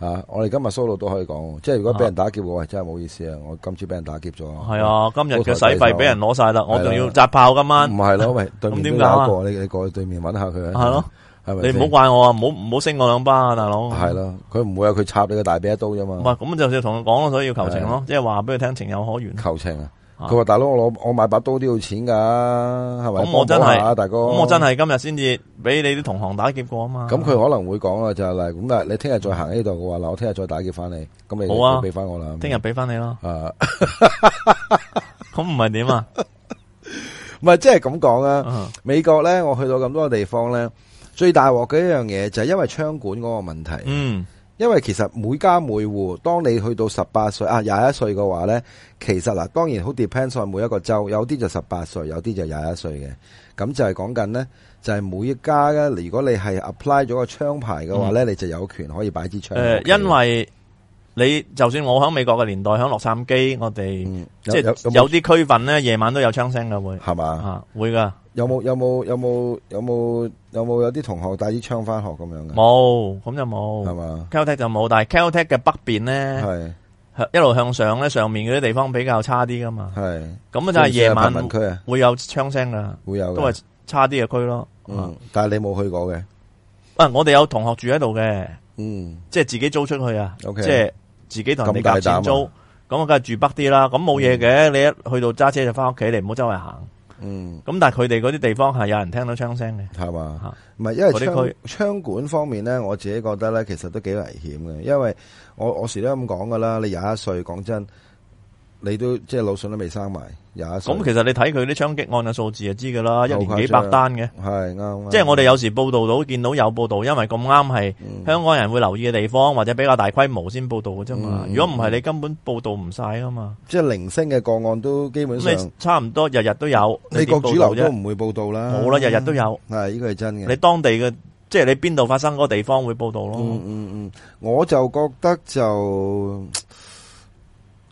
Speaker 3: 啊，我哋今日 solo 都可以講喎，即係如果俾人打劫嘅，喂，真係唔好意思啊，我今朝俾人打劫咗。
Speaker 2: 啊係啊，今日嘅使費俾人攞晒啦，我仲要扎炮今晚
Speaker 3: 唔。係咯，喂，對面
Speaker 2: 啊
Speaker 3: 都
Speaker 2: 點搞
Speaker 3: 有
Speaker 2: 啊
Speaker 3: 一個，你你過去對面揾下佢啊。
Speaker 2: 係咯，
Speaker 3: 係咪
Speaker 2: 你
Speaker 3: 先？
Speaker 2: 唔好怪我啊，唔好唔好升我兩巴啊，大佬。
Speaker 3: 系咯，佢唔會啊有佢插你個大髀一刀啫
Speaker 2: 唔
Speaker 3: 嘛。
Speaker 2: 係咁就要同佢講咯，所以要求情咯，即係話俾佢聽情有可原。
Speaker 3: 求情啊！
Speaker 2: 啊
Speaker 3: 佢話大佬，我攞我買把刀都要錢㗎，係咪？
Speaker 2: 咁我真
Speaker 3: 幫下
Speaker 2: 係，
Speaker 3: 啊大哥，
Speaker 2: 咁我真係今日先至俾你啲同行打劫過啊嘛。
Speaker 3: 咁佢可能會講啦，就係嗱，咁啊，你聽日再行呢度嘅話，嗱，我聽日再打劫翻你，咁你
Speaker 2: 好啊
Speaker 3: 你俾翻我啦。
Speaker 2: 聽日俾翻你 咯，
Speaker 3: 啊，
Speaker 2: 咁唔係點啊？
Speaker 3: 唔係即係咁講啊。
Speaker 2: 嗯
Speaker 3: 美國咧，我去到咁多地方咧，最大鑊嘅一樣嘢就係因為槍管嗰個問題。
Speaker 2: 嗯，
Speaker 3: 因為其實每家每戶，當你去到十八歲啊廿一歲嘅話呢，其實嗱當然好 depends on 每一個州，有啲就十八歲，有啲就廿一歲嘅。咁就係講緊呢，就係、每一家咧，如果你係 apply 咗個槍牌嘅話呢，你就有權可以擺支槍喺屋，企。
Speaker 2: 誒嗯呃因為你就算我喺美國嘅年代，喺洛杉磯，我哋。
Speaker 3: 嗯有
Speaker 2: 即係
Speaker 3: 有有冇
Speaker 2: 有啲區份咧，夜晚都有槍聲噶會
Speaker 3: 係嘛？
Speaker 2: 啊，會噶
Speaker 3: 有冇有冇有冇有冇有冇有啲同學帶啲槍翻學咁樣嘅？
Speaker 2: 冇，咁就
Speaker 3: 係
Speaker 2: 冇。
Speaker 3: 嘛？
Speaker 2: Caltech 就冇，但係 Caltech 嘅北邊咧，
Speaker 3: 係
Speaker 2: 向一路向上咧，上面嗰啲地方比較差啲噶嘛。
Speaker 3: 係，
Speaker 2: 咁啊，就係夜晚
Speaker 3: 貧民區啊，
Speaker 2: 會有槍聲噶，
Speaker 3: 會有嘅
Speaker 2: 都係差啲嘅區咯。
Speaker 3: 嗯，但係你冇去過嘅，
Speaker 2: 啊，我哋有同學住喺度嘅，
Speaker 3: 嗯，
Speaker 2: 即係自己租出去啊
Speaker 3: OK
Speaker 2: 即係自己同人哋
Speaker 3: 咁
Speaker 2: 夾
Speaker 3: 大膽啊
Speaker 2: 錢租，咁我梗係住北啲啦。咁冇嘢嘅，你一去到揸車就翻屋企，你唔好周圍行。
Speaker 3: 嗯，
Speaker 2: 咁但係佢哋嗰啲地方係有人聽到槍聲嘅。
Speaker 3: 係嘛
Speaker 2: 嚇？
Speaker 3: 唔係，因為
Speaker 2: 嗰啲
Speaker 3: 槍
Speaker 2: 區
Speaker 3: 槍管方面咧，我自己覺得咧，其實都幾危險嘅，因為我我時都咁講噶啦，你廿一歲，講真，你都即係腦筍都未生埋，廿一歲，
Speaker 2: 咁其實你睇佢啲槍擊案嘅數字就知㗎啦，一年幾
Speaker 3: 好誇
Speaker 2: 百
Speaker 3: 張啊
Speaker 2: 單嘅。
Speaker 3: 係啱啱，
Speaker 2: 即係我哋有時報道到，見到有報道，因為咁啱係嗯香港人會留意嘅地方，或者比較大規模先報道嘅啫嘛。
Speaker 3: 嗯
Speaker 2: 如果唔係，你根本報道唔晒噶嘛。
Speaker 3: 即係零星嘅個案都基本
Speaker 2: 咁
Speaker 3: 上，
Speaker 2: 你差唔多日日都有，
Speaker 3: 美
Speaker 2: 國
Speaker 3: 國主流都唔啊嗯會報道啦，
Speaker 2: 冇啦，日日都有。
Speaker 3: 係呢個係真嘅
Speaker 2: 你。當地嘅，即係你邊度發生嗰個地方會報道咯。
Speaker 3: 嗯嗯嗯，我就覺得就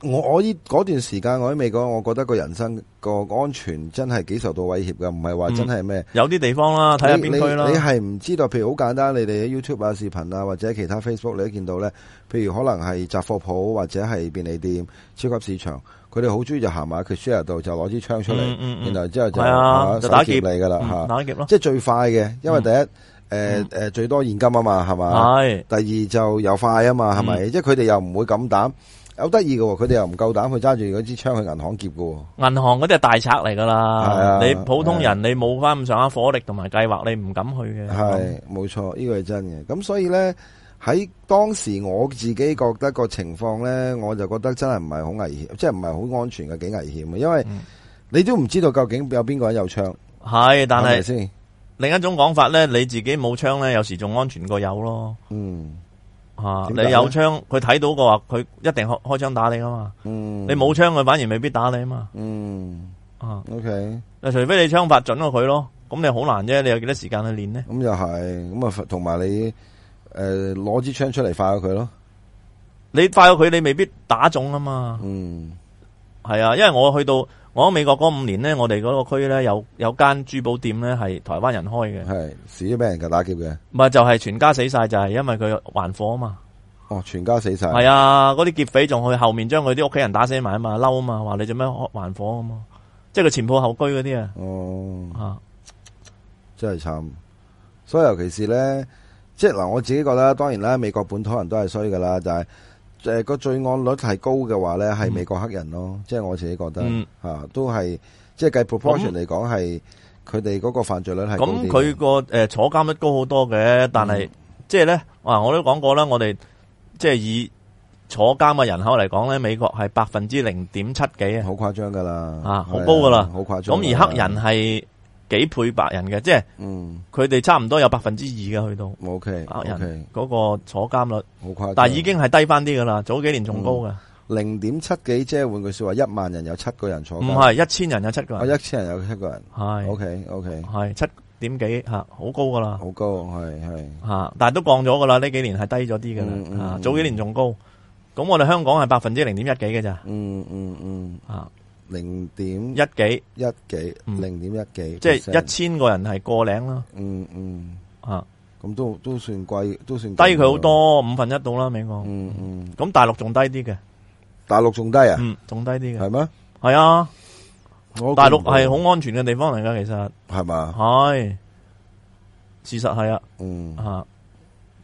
Speaker 3: 我我呢嗰段時間我喺美國，我覺得個人生個安全真係幾受到威脅㗎，唔係話真係咩。
Speaker 2: 有啲地方啦，嗯睇下
Speaker 3: 你
Speaker 2: 邊區啦
Speaker 3: 你。你係唔知道，譬如好簡單，你哋喺 YouTube 啊、視頻啊，或者其他 Facebook 你都見到呢。譬如可能係雜貨鋪或者係便利店、超級市場，佢哋好中意就行埋佢 share 度就攞支槍出嚟，
Speaker 2: 嗯嗯嗯
Speaker 3: 然後之後就
Speaker 2: 係啊
Speaker 3: 啊
Speaker 2: 就打
Speaker 3: 手劫
Speaker 2: 劫
Speaker 3: 你㗎啦
Speaker 2: 嗯
Speaker 3: 嚇，
Speaker 2: 打劫咯，
Speaker 3: 即係最快嘅，因為第一誒誒、最多現金啊嘛，係嘛？
Speaker 2: 係
Speaker 3: 第二就又快啊嘛，係咪？即係佢哋又唔會咁膽，好得意嘅喎，佢哋又唔夠膽去揸住嗰支槍去銀行劫嘅喎。
Speaker 2: 銀行嗰啲係大賊嚟㗎
Speaker 3: 係
Speaker 2: 啦
Speaker 3: 啊。
Speaker 2: 你普通人你冇翻咁上下火力同埋計劃，你唔敢去嘅。
Speaker 3: 係冇錯，呢個係真嘅。咁所以呢，喺當時我自己覺得個情況呢，我就覺得真係唔係好危險，即係唔係好安全嘅，幾危險嘅，因為你都唔知道究竟有邊個人有槍，
Speaker 2: 係，但
Speaker 3: 係咪
Speaker 2: 係。
Speaker 3: 先？
Speaker 2: 另一種講法咧，你自己冇槍咧，有時仲安全過有咯。
Speaker 3: 嗯
Speaker 2: 吓、
Speaker 3: 點解
Speaker 2: 啊你
Speaker 3: 呢
Speaker 2: 有槍，佢睇到嘅話，佢一定開開槍打你噶嘛。
Speaker 3: 嗯，
Speaker 2: 你冇槍，佢反而未必打你啊嘛。
Speaker 3: 嗯
Speaker 2: 啊，
Speaker 3: ，OK。
Speaker 2: 嗱除非你槍法準過佢咯，咁你好難啫。你有幾多時間去練呢？
Speaker 3: 咁又係，咁啊，同埋你誒攞支槍出嚟快過佢咯。
Speaker 2: 你快過佢，你未必打中啊嘛。
Speaker 3: 嗯，
Speaker 2: 係啊，因為我去到我喺美國嗰五年呢，我哋嗰個區咧有有間珠寶店咧係台灣人開嘅，
Speaker 3: 係少咗俾人㗎打劫嘅。
Speaker 2: 咪就係全家死晒，就係因為佢還火啊嘛。
Speaker 3: 哦，全家死晒。
Speaker 2: 係啊，嗰啲劫匪仲去後面將佢啲屋企人打死埋啊嘛，嬲啊嘛，話你做咩還火啊嘛，即係佢前鋪後居嗰啲啊，
Speaker 3: 哦，
Speaker 2: 啊，
Speaker 3: 真係慘。所以尤其是咧，即係嗱，我自己覺得，當然啦，美國本土人都係衰噶啦，但係誒個罪案率係高嘅話咧，係美國黑人咯，即係我自己覺得吓
Speaker 2: 嗯、
Speaker 3: 啊都係即係計 proportion 嚟講係佢哋嗰個犯罪率係高
Speaker 2: 咁
Speaker 3: 啲嘅。嗯
Speaker 2: 佢個诶坐監率高好多嘅，但係即係咧，啊，我都講過啦，我哋即係以坐監嘅人口嚟講咧，美國係百分之零點七幾啊，
Speaker 3: 好誇張噶啦，
Speaker 2: 啊好高㗎啦
Speaker 3: 係啊好誇張。
Speaker 2: 咁而黑人，係幾倍白人嘅，即係
Speaker 3: 嗯
Speaker 2: 佢哋差唔多有百分之二嘅去到
Speaker 3: ，OK，
Speaker 2: 黑
Speaker 3: OK，
Speaker 2: 人嗰個坐監率，
Speaker 3: 好誇張。
Speaker 2: 但係已經係低翻啲噶啦，早幾年
Speaker 3: 嗯
Speaker 2: 仲高嘅，
Speaker 3: 零點七幾，即係換句說話，一萬人有七個人坐
Speaker 2: 唔
Speaker 3: 監，
Speaker 2: 係一千人有七個
Speaker 3: 啊，
Speaker 2: 人，
Speaker 3: 一千人有七個人。
Speaker 2: 係。
Speaker 3: OK，OK。
Speaker 2: 系七點幾吓，好高噶啦
Speaker 3: 好高，係係，
Speaker 2: 吓，但系都降咗噶啦，呢幾年係低咗啲
Speaker 3: 嗯
Speaker 2: 噶
Speaker 3: 嗯
Speaker 2: 啦，啊
Speaker 3: 嗯
Speaker 2: 早幾年仲高。咁我哋香港係百分之零點一幾嘅咋，
Speaker 3: 嗯嗯嗯，
Speaker 2: 啊
Speaker 3: 零點
Speaker 2: 一幾，
Speaker 3: 一幾，
Speaker 2: 嗯
Speaker 3: 零點一幾，
Speaker 2: 即係
Speaker 3: percent
Speaker 2: 一，千個人係過零啦，
Speaker 3: 嗯嗯，
Speaker 2: 啊
Speaker 3: 咁都都算貴，都算
Speaker 2: 低
Speaker 3: 貴
Speaker 2: 佢好，多五分一到啦美國。
Speaker 3: 嗯嗯，
Speaker 2: 咁大陸仲低啲嘅，
Speaker 3: 大陸仲低啊，
Speaker 2: 嗯，仲低啲嘅，
Speaker 3: 係咩？
Speaker 2: 係啊，
Speaker 3: 我
Speaker 2: 大陸係啊好安全嘅地方嚟噶，其實
Speaker 3: 好係嘛，
Speaker 2: 係事實係啊，
Speaker 3: 嗯
Speaker 2: 吓，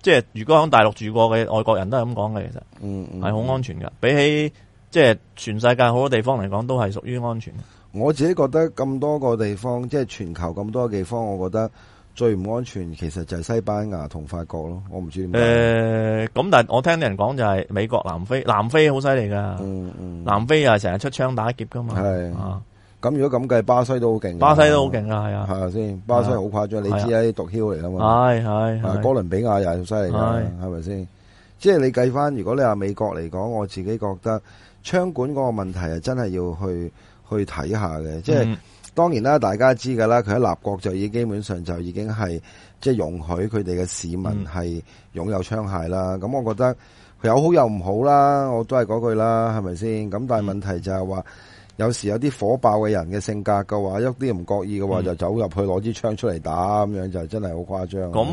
Speaker 2: 即係如果喺大陸住過嘅外國人都係咁講嘅，其實。
Speaker 3: 嗯，
Speaker 2: 系好安全噶，比起即系全世界好多地方嚟講，都係屬於安全。
Speaker 3: 我自己覺得咁多個地方，即係全球咁多個地方，我覺得最唔安全其實就係西班牙同法國咯，我唔知點解，嗯
Speaker 2: 诶、咁但係我聽啲人講就係美國、南非，南非好犀利噶，
Speaker 3: 嗯嗯，
Speaker 2: 南非又係成日出槍打劫噶嘛，
Speaker 3: 係
Speaker 2: 啊，
Speaker 3: 咁如果咁計，巴西都好勁㗎，
Speaker 2: 巴西都好勁噶，係啊，
Speaker 3: 嗯係咪先？巴西好誇張，你
Speaker 2: 係啊
Speaker 3: 知啦，啲毒枭嚟噶嘛。
Speaker 2: 係係
Speaker 3: 啊，
Speaker 2: 係
Speaker 3: 哥倫比亞又係好犀利㗎，
Speaker 2: 係
Speaker 3: 係咪先？即係你計翻，如果你話美國嚟講，我自己覺得槍管嗰個問題係真係要去去睇下嘅。即係、
Speaker 2: 嗯
Speaker 3: 當然啦，大家知㗎啦，佢喺立國就已基本上就已經係即係容許佢哋嘅市民
Speaker 2: 嗯
Speaker 3: 係擁有槍械啦。咁、我覺
Speaker 2: 嗯
Speaker 3: 得佢有好有唔好啦，我都係嗰句啦，係咪先？咁但係問題就係話，有時有啲火爆嘅人嘅性格嘅話，一啲唔覺意嘅話，
Speaker 2: 嗯
Speaker 3: 就走入去攞支槍出嚟打咁樣，就真係好誇張。
Speaker 2: 咁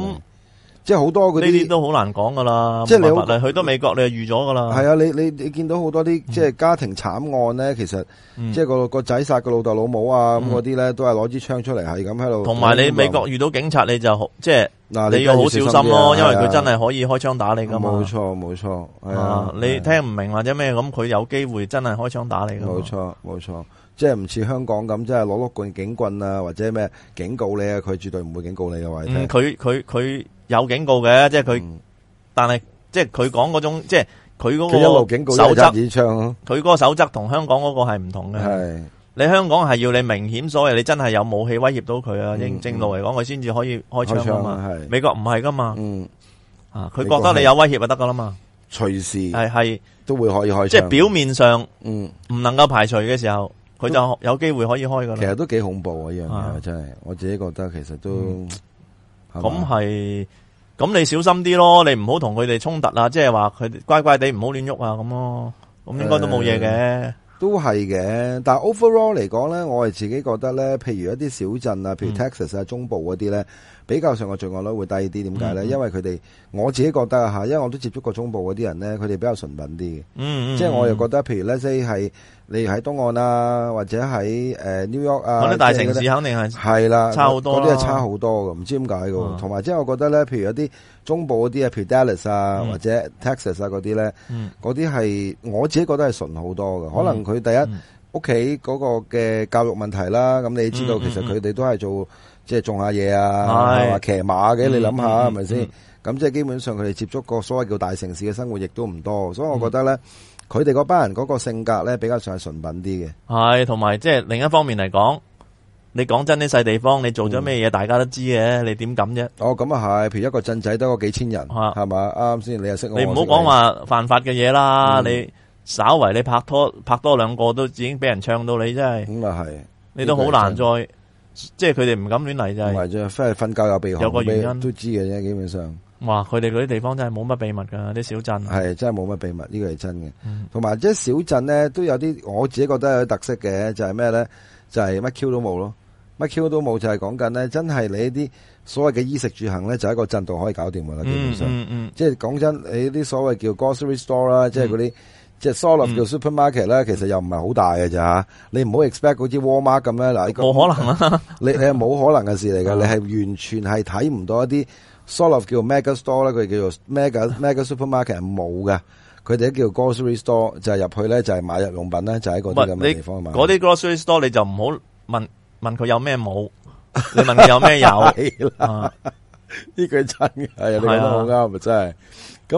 Speaker 3: 即係好多嗰
Speaker 2: 呢啲
Speaker 3: 啲。
Speaker 2: 都好難講噶啦，
Speaker 3: 即係你
Speaker 2: 冇
Speaker 3: 好
Speaker 2: 辦法去到美國你就預咗噶啦，
Speaker 3: 係啊，你你你見到好多啲即係家庭慘案咧，其實
Speaker 2: 嗯，
Speaker 3: 即係個個仔殺個老豆老母啊咁
Speaker 2: 嗯
Speaker 3: 嗰啲咧，都係攞支槍出嚟係咁喺度。
Speaker 2: 同埋你美國遇到警察你就好，即係
Speaker 3: 嗱，
Speaker 2: 你要好小心咯，因為佢真
Speaker 3: 啊係
Speaker 2: 係可以開槍打你噶嘛。
Speaker 3: 冇錯冇錯，係
Speaker 2: 啊
Speaker 3: 啊，
Speaker 2: 你聽唔明或者咩咁，佢有機會真係開槍打你噶。
Speaker 3: 冇，錯冇錯，即係唔似香港咁，即係攞碌棍警棍啊，或者咩警告你啊，佢絕對唔會警告你嘅話你聽。
Speaker 2: 嗯，佢佢佢有警告嘅，即係佢，
Speaker 3: 啊嗯
Speaker 2: 但係即係佢講嗰種，即係佢
Speaker 3: 佢一路
Speaker 2: 嗰
Speaker 3: 警告
Speaker 2: 個
Speaker 3: 一
Speaker 2: 守
Speaker 3: 路
Speaker 2: 則，
Speaker 3: 揸耳槍，
Speaker 2: 佢嗰個守則同香港嗰個係唔同嘅。
Speaker 3: 係啊
Speaker 2: 你香港係要你明顯所謂，你真係有武器威脅到佢啊，
Speaker 3: 嗯
Speaker 2: 正正路嚟講，佢先至可以
Speaker 3: 開
Speaker 2: 開槍噶
Speaker 3: 槍
Speaker 2: 嘛。
Speaker 3: 啊，係
Speaker 2: 美國唔係噶嘛，
Speaker 3: 嗯，
Speaker 2: 啊，佢
Speaker 3: 美國
Speaker 2: 覺得你有威脅就得噶啦嘛，
Speaker 3: 隨時
Speaker 2: 係係
Speaker 3: 都會可以開槍，
Speaker 2: 即係表面上
Speaker 3: 嗯。
Speaker 2: 唔能夠排除嘅時候，佢就有機會可以開噶
Speaker 3: 其
Speaker 2: 啦。
Speaker 3: 實都幾恐怖啊！呢樣
Speaker 2: 啊
Speaker 3: 嘢真係，我自己覺得其實都係
Speaker 2: 咁
Speaker 3: 嘛
Speaker 2: 係，咁你小心啲咯，你唔好同佢哋衝突啊，即係話佢哋乖乖地唔好亂喐啊，咁咯，咁應該都冇嘢嘅。
Speaker 3: 都係嘅。但係 overall 嚟講咧，我係自己覺得咧，譬如一啲小鎮啊，譬如
Speaker 2: 嗯
Speaker 3: Texas 啊、中部嗰啲咧，比較上個罪案率會低啲。點解咧？
Speaker 2: 嗯嗯
Speaker 3: 因為佢哋我自己覺得啊嚇，因為我都接觸過中部嗰啲人咧，佢哋比較純品啲嘅。
Speaker 2: 嗯，嗯
Speaker 3: 即係我又覺
Speaker 2: 嗯
Speaker 3: 得，譬如咧，即係你喺東岸啊，或者喺誒 New York 啊，
Speaker 2: 我覺得大城
Speaker 3: 即係嗰啲
Speaker 2: 市肯定係
Speaker 3: 系啦，
Speaker 2: 差好多
Speaker 3: 嗰啲係
Speaker 2: 啦
Speaker 3: 差好多嘅，唔知點解嘅喎。
Speaker 2: 嗯
Speaker 3: 同埋即係我覺得咧，譬如有啲中部嗰啲啊，譬如 Dallas 啊，
Speaker 2: 嗯
Speaker 3: 或者 Texas 啊嗰啲咧，
Speaker 2: 嗯
Speaker 3: 嗰啲係我自己覺得係純好多嘅。可能佢第一
Speaker 2: 嗯
Speaker 3: 屋企嗰個嘅教育問題啦，咁你知道
Speaker 2: 嗯嗯
Speaker 3: 其實
Speaker 2: 嗯
Speaker 3: 佢哋都係做即係種下嘢啊，
Speaker 2: 係
Speaker 3: 係嘛騎馬嘅，你諗
Speaker 2: 嗯
Speaker 3: 下係
Speaker 2: 嗯
Speaker 3: 咪
Speaker 2: 嗯
Speaker 3: 先？咁即係基本上佢哋接觸過所謂叫大城市嘅生活，亦都唔多，所以我覺得咧，
Speaker 2: 嗯
Speaker 3: 佢哋嗰班人嗰個性格咧比較上係純品啲嘅。
Speaker 2: 係，同埋即係另一方面嚟講，你講真，呢細地方你做
Speaker 3: 嗯
Speaker 2: 咗咩嘢，大家都知嘅，你點敢啫？
Speaker 3: 哦，咁啊係，譬如一個鎮仔得嗰幾千人，
Speaker 2: 啊
Speaker 3: 係嘛？啱先，你又識我，
Speaker 2: 你唔好
Speaker 3: 我識
Speaker 2: 講話犯法嘅嘢啦，
Speaker 3: 嗯
Speaker 2: 你稍為你拍拖拍多兩個都已經俾人唱到你，真係
Speaker 3: 你咁啊係，
Speaker 2: 你都好難再，即係佢哋唔敢亂嚟就
Speaker 3: 同
Speaker 2: 係。
Speaker 3: 埋就翻去瞓覺有鼻鼾，
Speaker 2: 有個原因
Speaker 3: 都知嘅啫。基本上
Speaker 2: 哇！佢哋嗰啲地方真係冇乜秘密噶，啲小鎮。
Speaker 3: 係真係冇乜秘密，呢個係真嘅
Speaker 2: 嗯。
Speaker 3: 同埋即係小鎮咧，都有啲我自己覺得有啲特色嘅，就係咩咧？就係乜 Q 都冇咯，乜 Q 都冇，就係講緊咧，真係你啲所謂嘅衣食住行咧，就喺個鎮度可以搞掂噶啦，基
Speaker 2: 嗯
Speaker 3: 本上。
Speaker 2: 嗯嗯，
Speaker 3: 即係講真，你啲所謂叫 grocery store 啦，即係嗰啲即係 sort of
Speaker 2: 嗯
Speaker 3: 叫 supermarket 啦，其實又唔係好大嘅咋，你唔好 expect 好似 Walmart 咁樣嗱，
Speaker 2: 冇可能啦。
Speaker 3: 你你係冇可能嘅事嚟㗎，
Speaker 2: 啊
Speaker 3: 你係完全係睇唔到一啲 sort of 叫 mega store 啦，佢哋叫做 mega mega supermarket 係冇嘅，佢哋都叫 grocery store 就係入去咧就係買日用品咧就喺嗰啲咁
Speaker 2: 唔係
Speaker 3: 嘅
Speaker 2: 你
Speaker 3: 地方買。
Speaker 2: 嗰啲 grocery store 你就唔好問問佢有咩冇，你問佢 有咩有
Speaker 3: 係啦，
Speaker 2: 啊，
Speaker 3: 呢句真嘅，係啊你講
Speaker 2: 係
Speaker 3: 得
Speaker 2: 啊
Speaker 3: 好啱啊，真係。